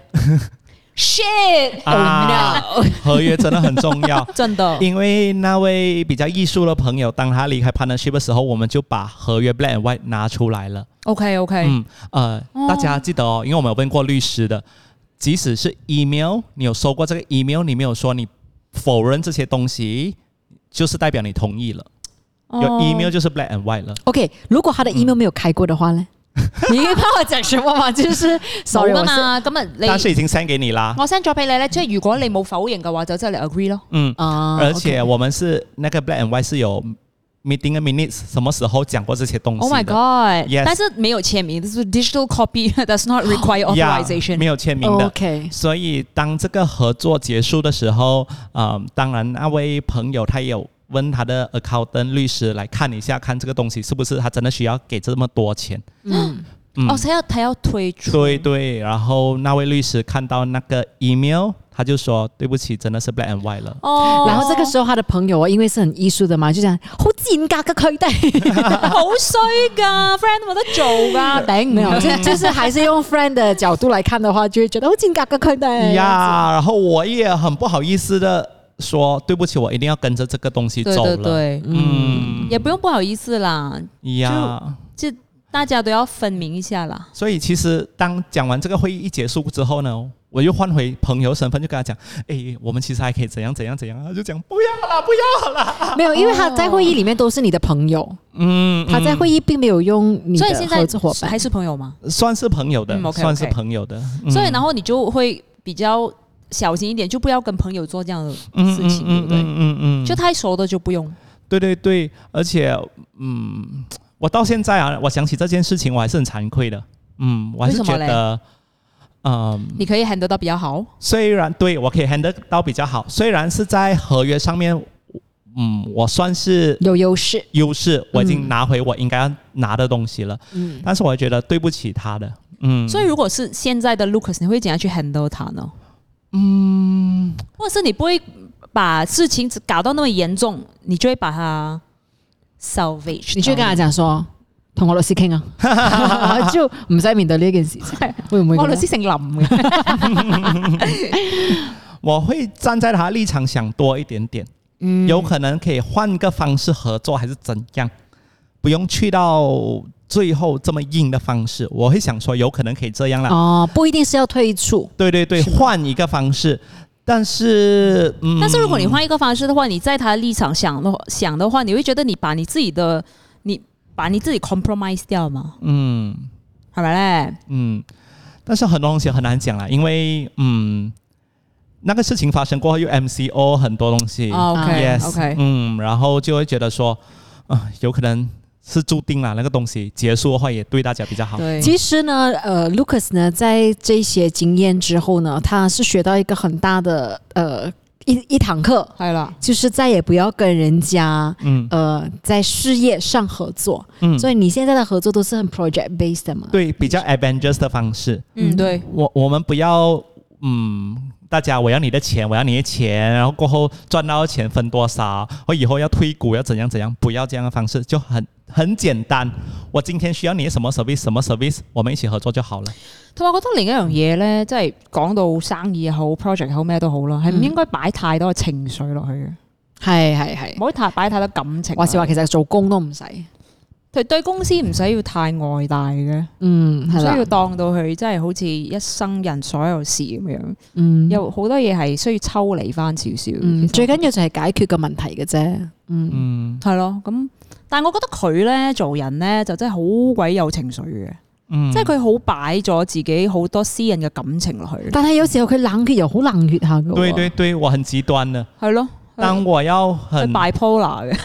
Speaker 2: Shit！，
Speaker 1: 啊嗯合约真的很重要
Speaker 2: Oh 真的
Speaker 1: 因为那位比较艺术的朋友，当他离开 partnership 的时候，我们就把合约 black and white 拿出来了。
Speaker 2: ，OK OK，
Speaker 1: 嗯，呃，大家记得哦，因为我们有问过律师的，即使是 email，你有收过这个 email，你没有说你否认这些东西，就是代表你同意了。
Speaker 3: 哦
Speaker 1: 有 email 就是 black and white 了。
Speaker 3: OK，如果他
Speaker 2: 嗯
Speaker 3: 的 email 没有開過的話咧，你幫我講什麼嘛？就是 sorry，
Speaker 2: 冇噶
Speaker 3: 我是
Speaker 2: 嘛，咁啊你
Speaker 1: 但是已经 send 给你啦，
Speaker 2: 我 send 咗俾你咧，即係如果你冇否認嘅話，就即係你 agree 咯。
Speaker 1: 嗯，
Speaker 2: 哦
Speaker 3: 啊，
Speaker 1: 而且我们是那个 black and white 是有 meeting and minutes 什么时候讲过这些东西
Speaker 2: Oh my
Speaker 1: 的
Speaker 2: god！
Speaker 1: Yes
Speaker 2: 但是沒有簽名，這是 digital copy，does not require
Speaker 1: Yeah，
Speaker 2: authorization。
Speaker 1: 没有签名的。
Speaker 3: OK，
Speaker 1: 所以当这个合作结束的时候，嗯，当然那位朋友他也有问他的 accountant 律师来看一下，看这个东西是不是他真的需要给这么多钱。
Speaker 3: 嗯
Speaker 1: 嗯
Speaker 2: 哦哦，所以要睇要退出。
Speaker 1: 对对，然后那位律师看到那个 email，他就说对不起，真的是 black and white 了。
Speaker 2: 哦
Speaker 3: 然后这个时候他的朋友啊，因为是很艺术的嘛，就讲好賤格嘅佢哋，
Speaker 2: 好衰噶，friend 冇得做 噶，顶
Speaker 3: 没有，就就是还是用 friend 的角度来看的话，就会觉得好賤格嘅佢哋。
Speaker 1: 呃呀，然后我也很不好意思的说对不起，我一定要跟着这个东西
Speaker 2: 对
Speaker 1: 走了。
Speaker 2: 对对，
Speaker 1: 嗯
Speaker 2: 也不用不好意思啦，
Speaker 1: 呀，
Speaker 2: 就大家都要分明一下啦。
Speaker 1: 所以其实当讲完这个会议一结束之后呢，我又换回朋友身份，就跟他讲，哎，我们其实还可以怎样怎样怎样啊，他就讲不要啦，不要啦。
Speaker 3: 没有，因为他在会议里面都是你的朋友，
Speaker 1: 嗯，
Speaker 3: 他在会议并没有用你
Speaker 2: 所以
Speaker 3: 的
Speaker 2: 现在
Speaker 3: 合作伙伴
Speaker 2: 还。是朋友嘛，
Speaker 1: 嗯算是朋友的，
Speaker 2: 嗯，OK，OK
Speaker 1: 算是朋友的。嗯
Speaker 2: 所以然后你就会比较小心一点，就不要跟朋友做这样的
Speaker 1: 嗯
Speaker 2: 事情，对
Speaker 1: 嗯嗯
Speaker 2: 不对？
Speaker 1: 嗯嗯嗯，
Speaker 2: 就太熟的就不用。
Speaker 1: 对对对，而且嗯，我到现在啊，我想起这件事情，我还是很惭愧的。嗯，我还是
Speaker 2: 为什
Speaker 1: 觉
Speaker 2: 么嘞
Speaker 1: 得，嗯，
Speaker 2: 你可以 handle 到比较好，
Speaker 1: 虽然对我可以 handle 到比较好，虽然是在合约上面，嗯，我算是
Speaker 3: 有优势，
Speaker 1: 优势，我已经拿回我应该要拿的东西了，
Speaker 3: 嗯，
Speaker 1: 但是我觉得对不起他的，嗯，
Speaker 2: 所以如果是现在的 Lucas，你会怎样去 handle 他呢？嗯，或者是你不会把事情搞到那么严重，你就会把它 salvage 到。
Speaker 3: 你就跟他讲说，同我律師傾啊， 然後就唔使面對呢一件事情，會唔會咁啊
Speaker 2: 我律
Speaker 3: 樣？
Speaker 2: 師姓林嘅，
Speaker 1: 我会站在他立场想多一点点，嗯，有可能可以换个方式合作，还是怎样，不用去到最后这么硬的方式。我会想说，有可能可以这样啦，
Speaker 3: 哦，不一定是要退出，
Speaker 1: 对对对，换一个方式。但是，嗯，
Speaker 2: 但是如果你换一个方式的话，你在他的立场想的话想的话，你会觉得你把你自己的你把你自己 compromise 掉嘛？
Speaker 1: 嗯
Speaker 2: 系咪咧？
Speaker 1: 嗯，但是很多东西很难讲啦，因为嗯，那个事情发生过后，又 MCO 很多东西。
Speaker 2: 哦
Speaker 1: 嗯
Speaker 2: ，OK
Speaker 1: yes，
Speaker 2: OK，
Speaker 1: 嗯，然后就会觉得说，啊、有可能是注定了那个东西结束的话，也对大家比较好。
Speaker 2: 对，嗯
Speaker 3: 其实呢，呃，Lucas 呢，在这些经验之后呢，他是学到一个很大的呃一一堂课，
Speaker 2: 系啦，
Speaker 3: 就是再也不要跟人家
Speaker 1: 嗯
Speaker 3: 呃在事业上合作。
Speaker 1: 嗯，
Speaker 3: 所以你现在的合作都是很 project based 的嘛？
Speaker 1: 对比较 Avengers 的方式，
Speaker 2: 嗯，对，
Speaker 1: 我我们不要嗯，大家我要你的钱，我要你的钱，然后过后赚到的钱分多少，我以后要退股要怎样怎样，不要这样的方式，就很很简单。我今天需要你什么 service 什么 service，我们一起合作就好了。
Speaker 2: 同埋我覺得另一樣嘢咧，即係講到生意又好，project 又好咩都好啦，係唔應該擺太多嘅情緒落去嘅，
Speaker 3: 係係係
Speaker 2: 唔。好太擺太多感情落
Speaker 3: 話
Speaker 2: 去。
Speaker 3: 是話其實做工都唔使，
Speaker 2: 對對公司唔使要太外大嘅，
Speaker 3: 嗯
Speaker 2: 唔
Speaker 3: 係
Speaker 2: 需
Speaker 3: 啦
Speaker 2: 要，當到佢真係好似一生人所有事咁樣。
Speaker 3: 嗯
Speaker 2: 有好多嘢係需要抽離翻少少。
Speaker 3: 嗯，最緊
Speaker 2: 要
Speaker 3: 要就係解決個問題嘅啫，嗯
Speaker 1: 嗯
Speaker 2: 係咯，咁但係我覺得佢咧做人咧就真係好鬼有情緒嘅，
Speaker 1: 嗯，
Speaker 2: 即係佢好擺咗自己好多私人嘅感情落去，
Speaker 3: 但係有時候佢冷血又好冷血下嘅喎，
Speaker 1: 对对对，我很极端的。
Speaker 2: 係咯，
Speaker 1: 当我要很
Speaker 2: 佢 bipolar 嘅。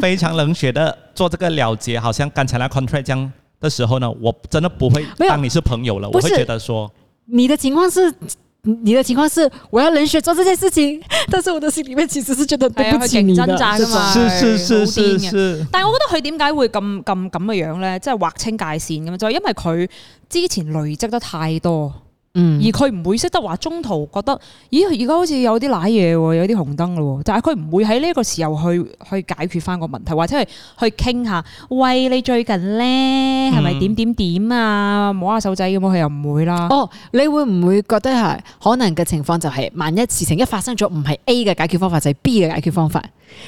Speaker 1: 非常冷血的做这个了结，好像刚才那 contract 这样的时候呢，我真的不会
Speaker 3: 没有
Speaker 1: 当你是朋友了，
Speaker 3: 不
Speaker 1: 我
Speaker 3: 是
Speaker 1: 会觉得说，
Speaker 3: 你的情况是，你的情况是我要冷血做这件事情，但是我的心里面其实是觉得对不起你
Speaker 1: 哎
Speaker 2: 係啊佢勁掙扎
Speaker 3: 的
Speaker 2: 㗎嘛
Speaker 1: 是是是
Speaker 2: 好癲
Speaker 1: 是
Speaker 2: 嘅
Speaker 1: 是，
Speaker 2: 但係我覺得佢點解會咁咁咁嘅樣咧？即係劃清界線咁樣，就係因為佢之前累積得太多，而
Speaker 3: 嗯，
Speaker 2: 佢唔會識得話中途覺得，咦而家好似有啲賴嘢喎，有啲紅燈嘞喎，但係佢唔會喺呢個時候去去解決翻個問題，或者係去傾下，喂你最近咧係咪
Speaker 1: 嗯
Speaker 2: 點點點啊，摸下手仔咁樣，佢又唔會啦。
Speaker 3: 哦，你會唔會覺得係可能嘅情況就係、萬一事情一發生咗，唔係 A 嘅解決方法，就係、B 嘅解決方法，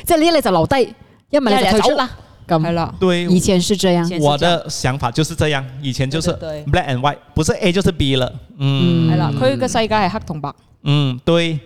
Speaker 3: 即係呢一你就留低，一唔係你就退出啦，
Speaker 2: 係
Speaker 3: 咁。
Speaker 2: 啦，
Speaker 1: 对，
Speaker 3: 以前是這樣，
Speaker 2: 前是
Speaker 1: 我
Speaker 2: 这
Speaker 1: 的想法就是这样，以前就是
Speaker 2: 对对
Speaker 1: black and white，不是 A 就是 B 了。嗯
Speaker 2: 係啦，佢嘅世界係黑 同白，
Speaker 1: 嗯，对，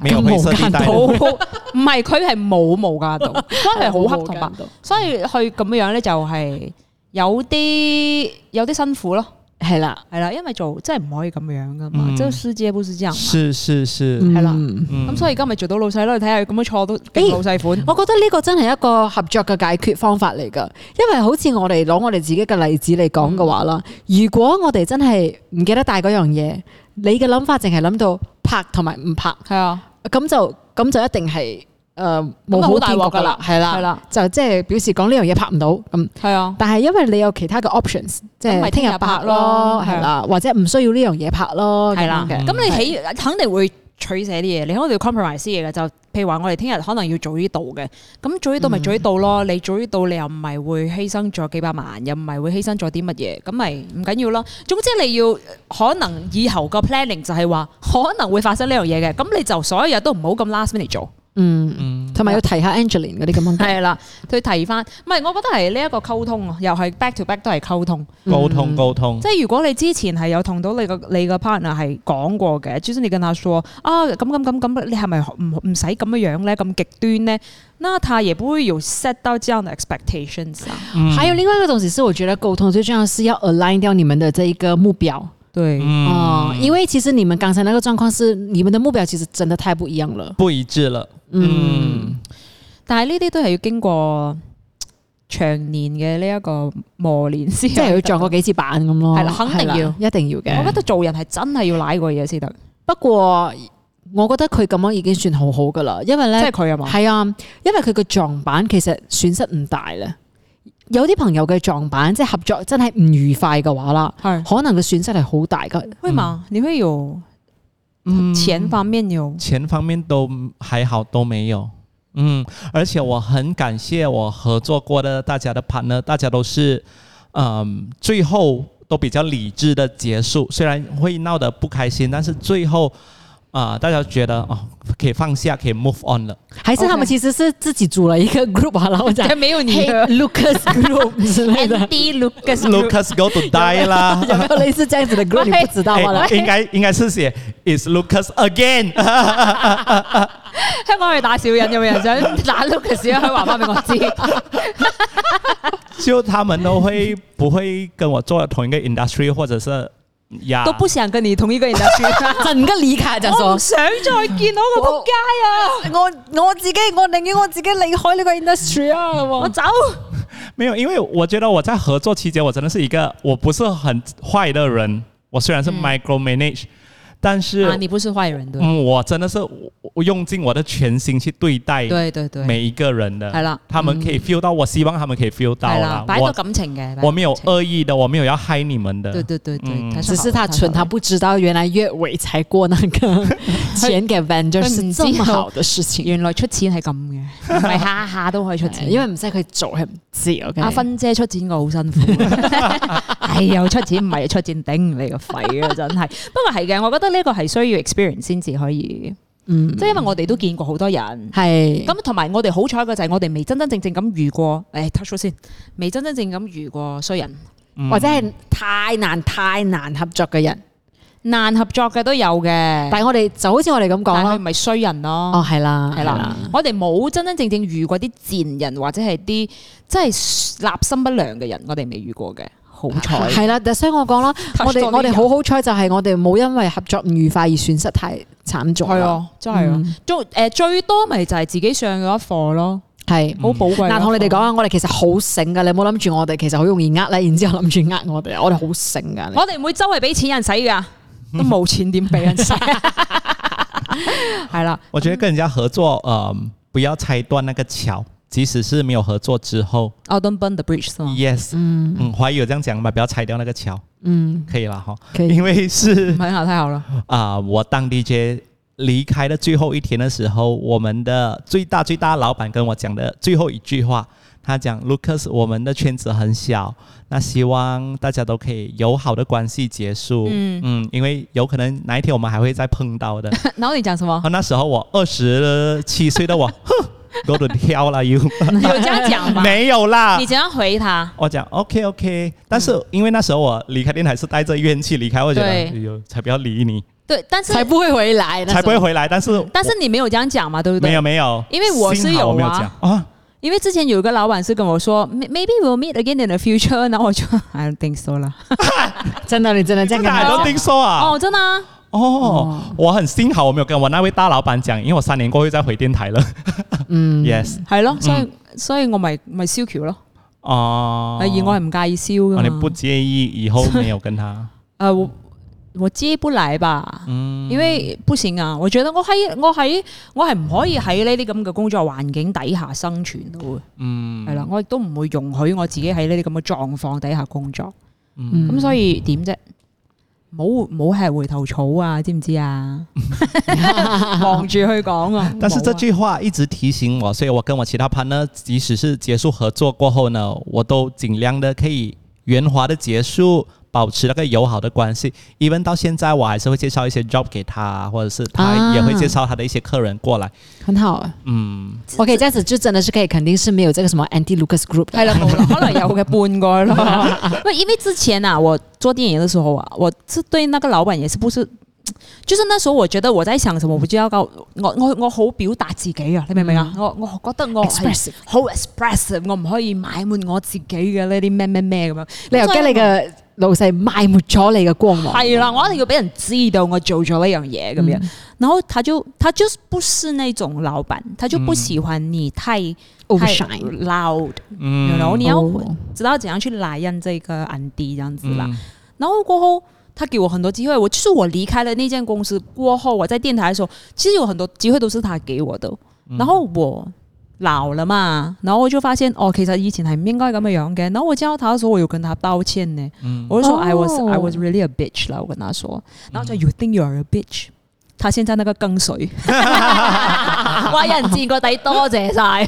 Speaker 1: 没有灰色地带
Speaker 2: 好
Speaker 1: 的。
Speaker 2: 唔係佢係冇無間道，所以係好黑同白。所以佢咁樣咧就係有啲有啲辛苦咯，
Speaker 3: 係啦，
Speaker 2: 係啦，因為做真係唔可以咁樣噶嘛，
Speaker 1: 嗯
Speaker 2: 即係世界不是這樣嘛。
Speaker 1: 是是是，
Speaker 3: 係
Speaker 2: 係啦
Speaker 3: 啦。
Speaker 1: 嗯
Speaker 2: 咁所以今日做到老細咯，你睇下佢咁樣錯都勁老細款。
Speaker 3: 我覺得呢個真係一個合作嘅解決方法嚟㗎，因為好似我哋攞我哋自己嘅例子嚟講嘅話啦，如果我哋真係唔記得帶嗰樣嘢，你嘅諗法淨係諗到拍同埋唔拍，
Speaker 2: 係啊，
Speaker 3: 咁就咁就一定係誒
Speaker 2: 咁
Speaker 3: 冇
Speaker 2: 啊
Speaker 3: 好
Speaker 2: 好大
Speaker 3: 結
Speaker 2: 鑊
Speaker 3: 局
Speaker 2: 㗎
Speaker 3: 㗎啦
Speaker 2: 啦，，
Speaker 3: 係
Speaker 1: 啊
Speaker 2: 係
Speaker 3: 啦，
Speaker 2: 啦，
Speaker 3: 就即係表示講呢樣嘢拍唔到咁。
Speaker 2: 係啊，
Speaker 3: 但係因為你有其他嘅 options，即
Speaker 2: 咁咪
Speaker 3: 係
Speaker 2: 聽
Speaker 3: 聽
Speaker 2: 日
Speaker 3: 日
Speaker 2: 拍
Speaker 3: 拍
Speaker 2: 咯哦
Speaker 3: 咯，係啦，或者唔需要呢樣嘢拍咯，
Speaker 2: 係啦。
Speaker 3: 咁樣嘅
Speaker 2: 咁你起肯定會取捨啲嘢，你可能要 compromise 啲嘢嘅，就譬如話我哋聽日可能要做呢度嘅，咁做呢度咪做呢度咯，你做呢度你又唔係會犧牲咗幾百萬，又唔係會犧牲咗啲乜嘢，咁咪唔緊要咯。總之你要可能以後個 planning 就係話可能會發生呢樣嘢嘅，咁你就所有嘢都唔好咁 last minute 做。
Speaker 3: 嗯，同埋要提下 Angeline 嗰啲咁樣。
Speaker 2: 係啦，佢提翻，唔係我覺得係呢一個溝通啊，又係 back to back 都係溝通。
Speaker 1: 沟通沟通，
Speaker 2: 即係如果你之前係有同到你個你個 partner 係講過嘅，就是你跟他說啊咁咁咁咁，你係咪唔唔使咁樣樣咧？咁極端咧？那他也不會有 set 到這樣的 expectations 啊。
Speaker 1: 嗯
Speaker 3: 还有另外一个东西是，我觉得沟通最重要是要 align 掉你们的这一个目标
Speaker 1: 嗯
Speaker 2: 對，
Speaker 3: 哦、因为其实你们刚才那个状况是你们的目标其实真的太不一样了。
Speaker 1: 不一致了。嗯，
Speaker 2: 但係呢啲都係要經過長年嘅呢一個磨練先，
Speaker 3: 即係要撞過。幾次板咁咯，
Speaker 2: 啊係啦肯定要
Speaker 3: 係啦一定要
Speaker 2: 我覺
Speaker 3: 嘅。
Speaker 2: 得做人係真係要舐過嘢先得，
Speaker 3: 不過我覺得佢咁樣已經算好好噶啦，因為
Speaker 2: 即
Speaker 3: 咧
Speaker 2: 係佢啊嘛。
Speaker 3: 係啊，因為佢嘅撞板其實損失唔大咧。有啲朋友嘅撞板即係合作真係唔愉快嘅話啦，
Speaker 2: 係
Speaker 3: 可能嘅損失係好大噶。
Speaker 2: 會嘛？你會有
Speaker 1: 嗯
Speaker 2: 錢方面有
Speaker 1: 钱方面都还好，都没有。嗯，而且我很感谢我合作过的大家的 partner，大家都是，嗯，最后都比较理智的结束，虽然会闹得不开心，但是最后，啊、大家觉得哦，可以放下，可以 move on 了。
Speaker 3: 還是他們其實是自己組了一個 group 啊，然後講
Speaker 2: 沒有你
Speaker 3: Hey Lucas Group 之 類的，
Speaker 2: Andy Lucas Group
Speaker 1: Lucas go to die 啦。哎
Speaker 3: 有沒有類似這樣子的 group？你不知道嗎？
Speaker 1: 哎应
Speaker 2: 哦
Speaker 1: 该应该是写 is Lucas again，
Speaker 2: 香港去打小人，有冇人想 打 Lucas 啊？可以話翻俾我知。
Speaker 1: 就他们都会不会跟我做同一个 industry，或者是呀
Speaker 2: 都不想跟你同一個人打 小人
Speaker 3: 整個理解就
Speaker 2: 我
Speaker 3: 說
Speaker 2: 唔。想再見到個仆街啊！
Speaker 3: 我我自己，我寧願我自己離開呢個 industry 啊！
Speaker 2: 我走，
Speaker 1: 没有，因为我觉得我在合作期间，我真的是一个我不是很坏的人。我虽然是 micro manage，、但是、
Speaker 2: 啊，你不是壞人對？
Speaker 1: 嗯，我真的是我我用尽我的全心去对待
Speaker 2: 對對對，
Speaker 1: 每一个人的。
Speaker 2: 係啦
Speaker 1: 他们可以 feel 到，我希望他们可以 feel 到
Speaker 2: 係啦
Speaker 1: 啦，。
Speaker 2: 擺到
Speaker 1: 我
Speaker 2: 感情嘅，擺到
Speaker 1: 我没有
Speaker 2: 感情
Speaker 1: 恶意的，我没有要害你们的。
Speaker 2: 對對對對，
Speaker 1: 嗯
Speaker 2: 太
Speaker 3: 只
Speaker 2: 熟
Speaker 3: 是
Speaker 2: 了
Speaker 3: 他蠢，他。不知道原來月尾才過那 個錢給 vendor
Speaker 2: 佢
Speaker 3: 是
Speaker 2: 唔知
Speaker 3: 這
Speaker 2: 道
Speaker 3: 麼好的事情，
Speaker 2: 原來出錢係咁 嘅，唔係下下都可以出錢。
Speaker 3: 因為唔使佢做， 係唔知 OK。
Speaker 2: 阿芬姐出錢我好辛苦， 係又出錢唔係出錢頂你個肺啊！真係，不過係嘅，我覺得呢個係需要 experience 先至可以，
Speaker 3: 嗯
Speaker 2: 即係因為我哋都見過好多人，
Speaker 3: 係
Speaker 2: 咁同埋我哋好彩嘅就係我哋未真真正正咁遇過，誒 touch wood 先，未真真正咁遇過衰人，
Speaker 1: 嗯
Speaker 3: 或者係太難太難合作嘅人，
Speaker 2: 難合作嘅都有嘅，
Speaker 3: 但係我哋就好似我哋咁
Speaker 2: 但
Speaker 3: 講
Speaker 2: 係佢
Speaker 3: 咯，
Speaker 2: 唔係衰人咯。
Speaker 3: 哦係啦
Speaker 2: 係啦，我哋冇真真正正遇過啲賤人或者係啲真係立心不良嘅人，我哋未遇過嘅，好彩。
Speaker 3: 係啦，但所以我講咯，我哋我哋好好彩就係我哋冇因為合作唔愉快而損失太慘重啦，
Speaker 2: 係啊，真係啊
Speaker 3: 嗯，
Speaker 2: 做誒最多咪就係自己上咗一課咯，
Speaker 3: 係。
Speaker 2: 好寶貴嘅一課。
Speaker 3: 嗱，同你哋講啊，我哋其實好醒噶，你冇諗住我哋其實好容易呃咧，然之後諗住呃我哋，我哋好醒噶。
Speaker 2: 我哋唔會周圍俾錢人使㗎，都冇錢點俾人使。啊 係啦，
Speaker 1: 我觉得跟人家合作，呃，不要拆断那个桥，即使是没有合作之后
Speaker 2: 我 Oh, don't burn the bridge 是嘛？
Speaker 1: ，yes，嗯嗯，华语有这样讲嘛，不要拆掉那个桥，
Speaker 3: 嗯，
Speaker 1: 可以了哈，
Speaker 3: 可以
Speaker 1: 因为是
Speaker 2: 很嗯好，太 好了。
Speaker 1: 啊、我当 DJ 离开的最后一天的时候，我们的最大最大老板跟我讲的最后一句话，他讲：“Lucas，我们的圈子很小，那希望大家都可以友好的关系结束。嗯”因为有可能哪一天我们还会再碰到 的。
Speaker 2: 然後你講什麼
Speaker 1: 然？后那时候我二十七岁的我，哼，我都跳了 you，
Speaker 2: 有這樣講嗎？
Speaker 1: 没有啦
Speaker 2: 你。怎樣回他？
Speaker 1: 我讲 OK OK，但是因为那时候我离开电台是带着怨气离开，我觉得
Speaker 2: 对
Speaker 1: 哎呦才不要理你，
Speaker 2: 對，但是
Speaker 3: 才不會回來，
Speaker 1: 才不会回来。但是
Speaker 2: 但是你沒有這樣講嘛，對不對？
Speaker 1: 没有没有，
Speaker 2: 因为我是
Speaker 1: 幸好
Speaker 2: 有
Speaker 1: 我没有
Speaker 2: 啊
Speaker 1: 讲啊，
Speaker 2: 因为之前有一个老板是跟我说，"May-，maybe we'll meet again in the future，然后我 就 I don't think so 啦。
Speaker 3: 真的，你真的這樣
Speaker 1: 真
Speaker 3: 跟
Speaker 1: 的
Speaker 3: 他
Speaker 1: 还
Speaker 3: 講
Speaker 1: 都听说啊，
Speaker 2: 哦，真的啊，
Speaker 1: 哦，我很幸好我没有跟我那位大老板讲，因为我三年过后又再回电台了。嗯，yes，
Speaker 2: 系咯，所以所以我咪咪烧桥咯。
Speaker 1: 嗯哦，
Speaker 2: 而我系唔介意烧
Speaker 1: 哦
Speaker 2: 噶
Speaker 1: 你不
Speaker 2: 嘛。
Speaker 1: 介意以后没有跟 他，
Speaker 2: 诶，呃我我接不来吧，因为不行啊。我觉得我喺我喺我系唔可以喺呢啲咁嘅工作环境底下生存到嘅。嗯，系啦，我亦都唔会
Speaker 1: 嗯
Speaker 2: 嗯容许我自己喺呢啲咁嘅状况底下工作。咁所以点啫？冇冇吃回頭草啊，知唔知 啊？望住佢講啊！
Speaker 1: 但是
Speaker 2: 冇
Speaker 1: 这
Speaker 2: 啊
Speaker 1: 句话一直提醒我，所以我跟我其他 partner，即使是结束合作过后呢，我都尽量的可以圆滑的结束，保持那个友好的关系。even 到现在，我还是会介绍一些 job 给他，或者是他
Speaker 3: 啊
Speaker 1: 也会介绍他的一些客人过来。
Speaker 3: 很好啊。
Speaker 1: 嗯，
Speaker 3: OK，这样子就真的是可以肯定是没有这个什么 anti Lucas Group 的
Speaker 2: 系啦，冇啦，可能有嘅半個咯。不，因为之前啊，我做电影的时候啊，我是对那个老板也是不是，就是那时候我覺得我在想什麼，我知道我我我好表達自己啊，你明唔明啊？我我覺得我係
Speaker 3: expressive。
Speaker 2: 好 expressive，我唔可以買滿我自己嘅呢啲咩咩咩咁樣。
Speaker 3: 你又
Speaker 2: 所以
Speaker 3: 驚你嘅老細埋沒咗你嘅光芒？
Speaker 2: 係啦，我一定要俾人知道我做咗呢樣嘢咁樣。然後他就他就是不是那種老闆，他就不喜歡你太、太
Speaker 3: overshine。
Speaker 2: loud，
Speaker 1: 嗯
Speaker 2: 然后你要
Speaker 3: 哦
Speaker 2: 知道怎樣去拉印這個 n D 這樣子啦。然后過後，他給我很多機會。我就是我離開了那間公司過後，我在電台的時候，其實有很多機會都是他給我的。然後我老了嘛，然後我就發現哦，其實以前係唔應該咁嘅樣嘅。然後我見到他的時候，我有跟他道歉呢。我就說、
Speaker 3: 哦
Speaker 2: I was I was really a bitch 啦，我跟他說。然後就 You think you are a bitch？他現在那個更水，哇！有人自個底多謝晒，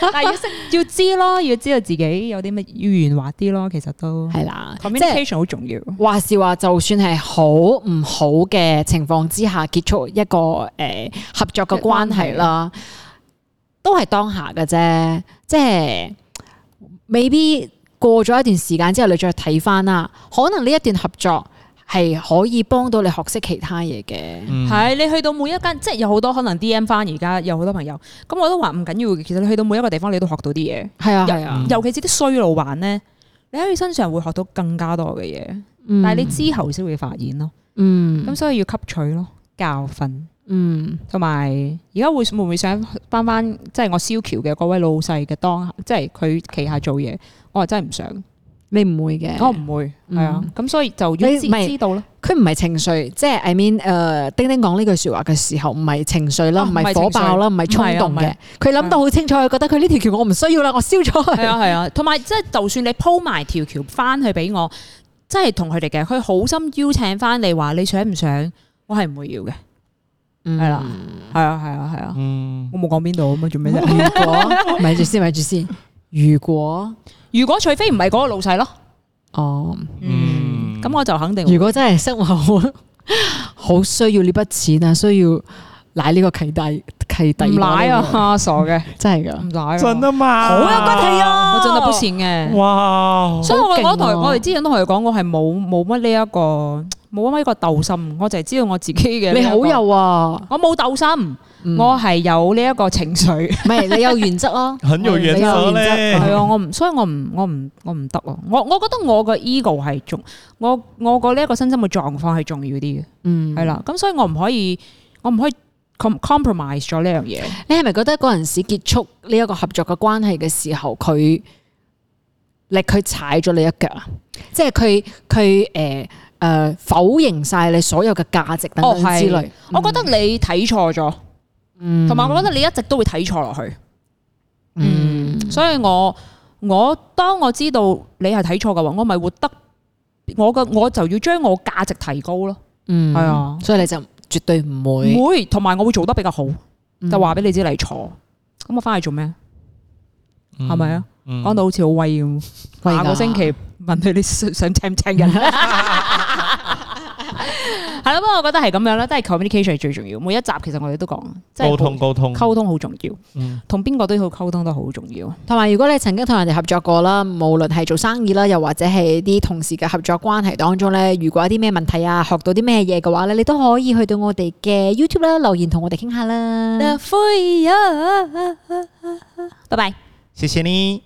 Speaker 2: 但係要識要知咯，要知道自己有啲乜要圓滑啲咯，其實都
Speaker 3: 係啦，即係
Speaker 2: communication 好重要。
Speaker 3: 話是話，就算係好唔好嘅情況之下結束一個誒、呃合作嘅關係啦，都係當下嘅啫，即係 maybe 過咗一段時間之後，你再睇翻啦，可能呢一段合作係可以幫到你學識其他嘢嘅。
Speaker 1: 嗯
Speaker 2: 係你去到每一間，即係有好多可能 D.M 翻而家有好多朋友，咁我都話唔緊要嘅。其實你去到每一個地方，你都學到啲嘢，
Speaker 3: 係啊，
Speaker 2: 有
Speaker 3: 係啊，
Speaker 2: 尤其是啲衰老患咧，你喺佢身上會學到更加多嘅嘢，
Speaker 3: 嗯
Speaker 2: 但係你之後先會發現咯。咁、
Speaker 3: 嗯
Speaker 2: 所以要吸取咯教訓，
Speaker 3: 嗯
Speaker 2: 同埋而家會會唔會想翻翻即係我蕭橋嘅嗰位老細嘅當，即係佢旗下做嘢，我係真係唔想，
Speaker 3: 你唔會嘅，
Speaker 2: 我唔會係啊。咁所以就要
Speaker 3: 嗯你
Speaker 2: 知
Speaker 3: 唔係
Speaker 2: 知道咯，
Speaker 3: 佢唔係情緒，即係 I mean 誒、丁丁講呢句説話嘅時候，唔係情緒啦，
Speaker 2: 啊
Speaker 3: 唔
Speaker 2: 唔
Speaker 3: 係
Speaker 2: 係
Speaker 3: 火爆啦，唔
Speaker 2: 情緒
Speaker 3: 係衝動
Speaker 2: 唔係
Speaker 3: 嘅
Speaker 2: 啊。
Speaker 3: 佢諗到好清楚，佢覺得佢呢條橋我唔需要啦，我燒咗
Speaker 2: 係
Speaker 3: 佢。
Speaker 2: 啊係啊，同埋即係就算你鋪埋條橋翻去俾我，即係同佢哋嘅，佢好心邀請翻你話你想唔想，我係唔會要嘅，
Speaker 3: 嗯
Speaker 2: 係啦，係啊係啊係啊，我冇講邊度咁啊，做咩啫？
Speaker 3: 如果咪住先，咪住先。如果
Speaker 2: 如果除非唔係嗰個老細咯，
Speaker 3: 哦，
Speaker 1: 嗯
Speaker 2: 嗯，咁我就肯定會
Speaker 3: 如果真係生活好 好需要呢筆錢啊，需要奶呢個契弟契弟
Speaker 2: 唔
Speaker 3: 嗰
Speaker 2: 奶
Speaker 3: 啲嘢，
Speaker 2: 啊，傻嘅，
Speaker 3: 真係㗎
Speaker 2: 唔。奶啊，
Speaker 1: 嗯真的吗？
Speaker 2: 好有骨氣啊，我真得不善嘅。啊
Speaker 1: 哇哦！，
Speaker 2: 所以我
Speaker 3: 好勁喎
Speaker 2: 我同佢我哋之前都同佢講，我係冇冇乜呢一個冇乜呢個鬥心，我就係知道我自己嘅呢一個。
Speaker 3: 你好有啊，
Speaker 2: 我冇鬥心，
Speaker 3: 嗯
Speaker 2: 我係有呢一個情緒。
Speaker 3: 唔係你有原則啊咯
Speaker 1: 很有原則
Speaker 3: 你有
Speaker 1: 咧
Speaker 3: 原則
Speaker 2: 係啊，我唔，所以我唔，我唔，我唔得啊！我我覺得我個 ego 係重，我我個呢一個身心嘅狀況係重要啲嘅，
Speaker 3: 嗯，
Speaker 2: 係啦、咁所以我唔可以，我唔可以 com compromise 咗呢樣嘢。
Speaker 3: 你係咪覺得嗰陣時結束呢一個合作嘅關係嘅時候，佢力佢踩咗你一腳啊？即係佢佢誒誒否認晒你所有嘅價值等等
Speaker 2: 哦係
Speaker 3: 之類。
Speaker 2: 我覺得你睇錯咗，
Speaker 3: 嗯
Speaker 2: 同埋我覺得你一直都會睇錯落去。
Speaker 3: 嗯
Speaker 2: 所以我我當我知道你係睇錯嘅話，我咪活得我嘅我就要將我價值提高咯，
Speaker 3: 嗯
Speaker 2: 係啊
Speaker 3: 所以你就絕對唔會
Speaker 2: 唔會同埋我會做得比較好，
Speaker 1: 嗯
Speaker 2: 就話俾你知你錯。咁我翻去做咩？係咪啊？
Speaker 1: 嗯
Speaker 2: 講到好似好威咁。
Speaker 3: 喂㗎
Speaker 2: 下個星期問佢你想想請唔 請人？係啦，不過我覺得係咁樣啦，都係 communication 係最重要。每一集其實我哋都講，即係
Speaker 1: 溝通溝通，
Speaker 2: 溝通好重要
Speaker 1: 嗯，
Speaker 2: 同邊個都要溝通都好重要。
Speaker 3: 同埋，如果你曾經同人哋合作過啦，無論係做生意啦，又或者係啲同事嘅合作關係當中咧，如果有啲咩問題啊，學到啲咩嘢嘅話咧，你都可以去到我哋嘅 YouTube 啦，留言同我哋傾下啦。
Speaker 2: The Fuyoh，拜拜。
Speaker 1: 謝謝你。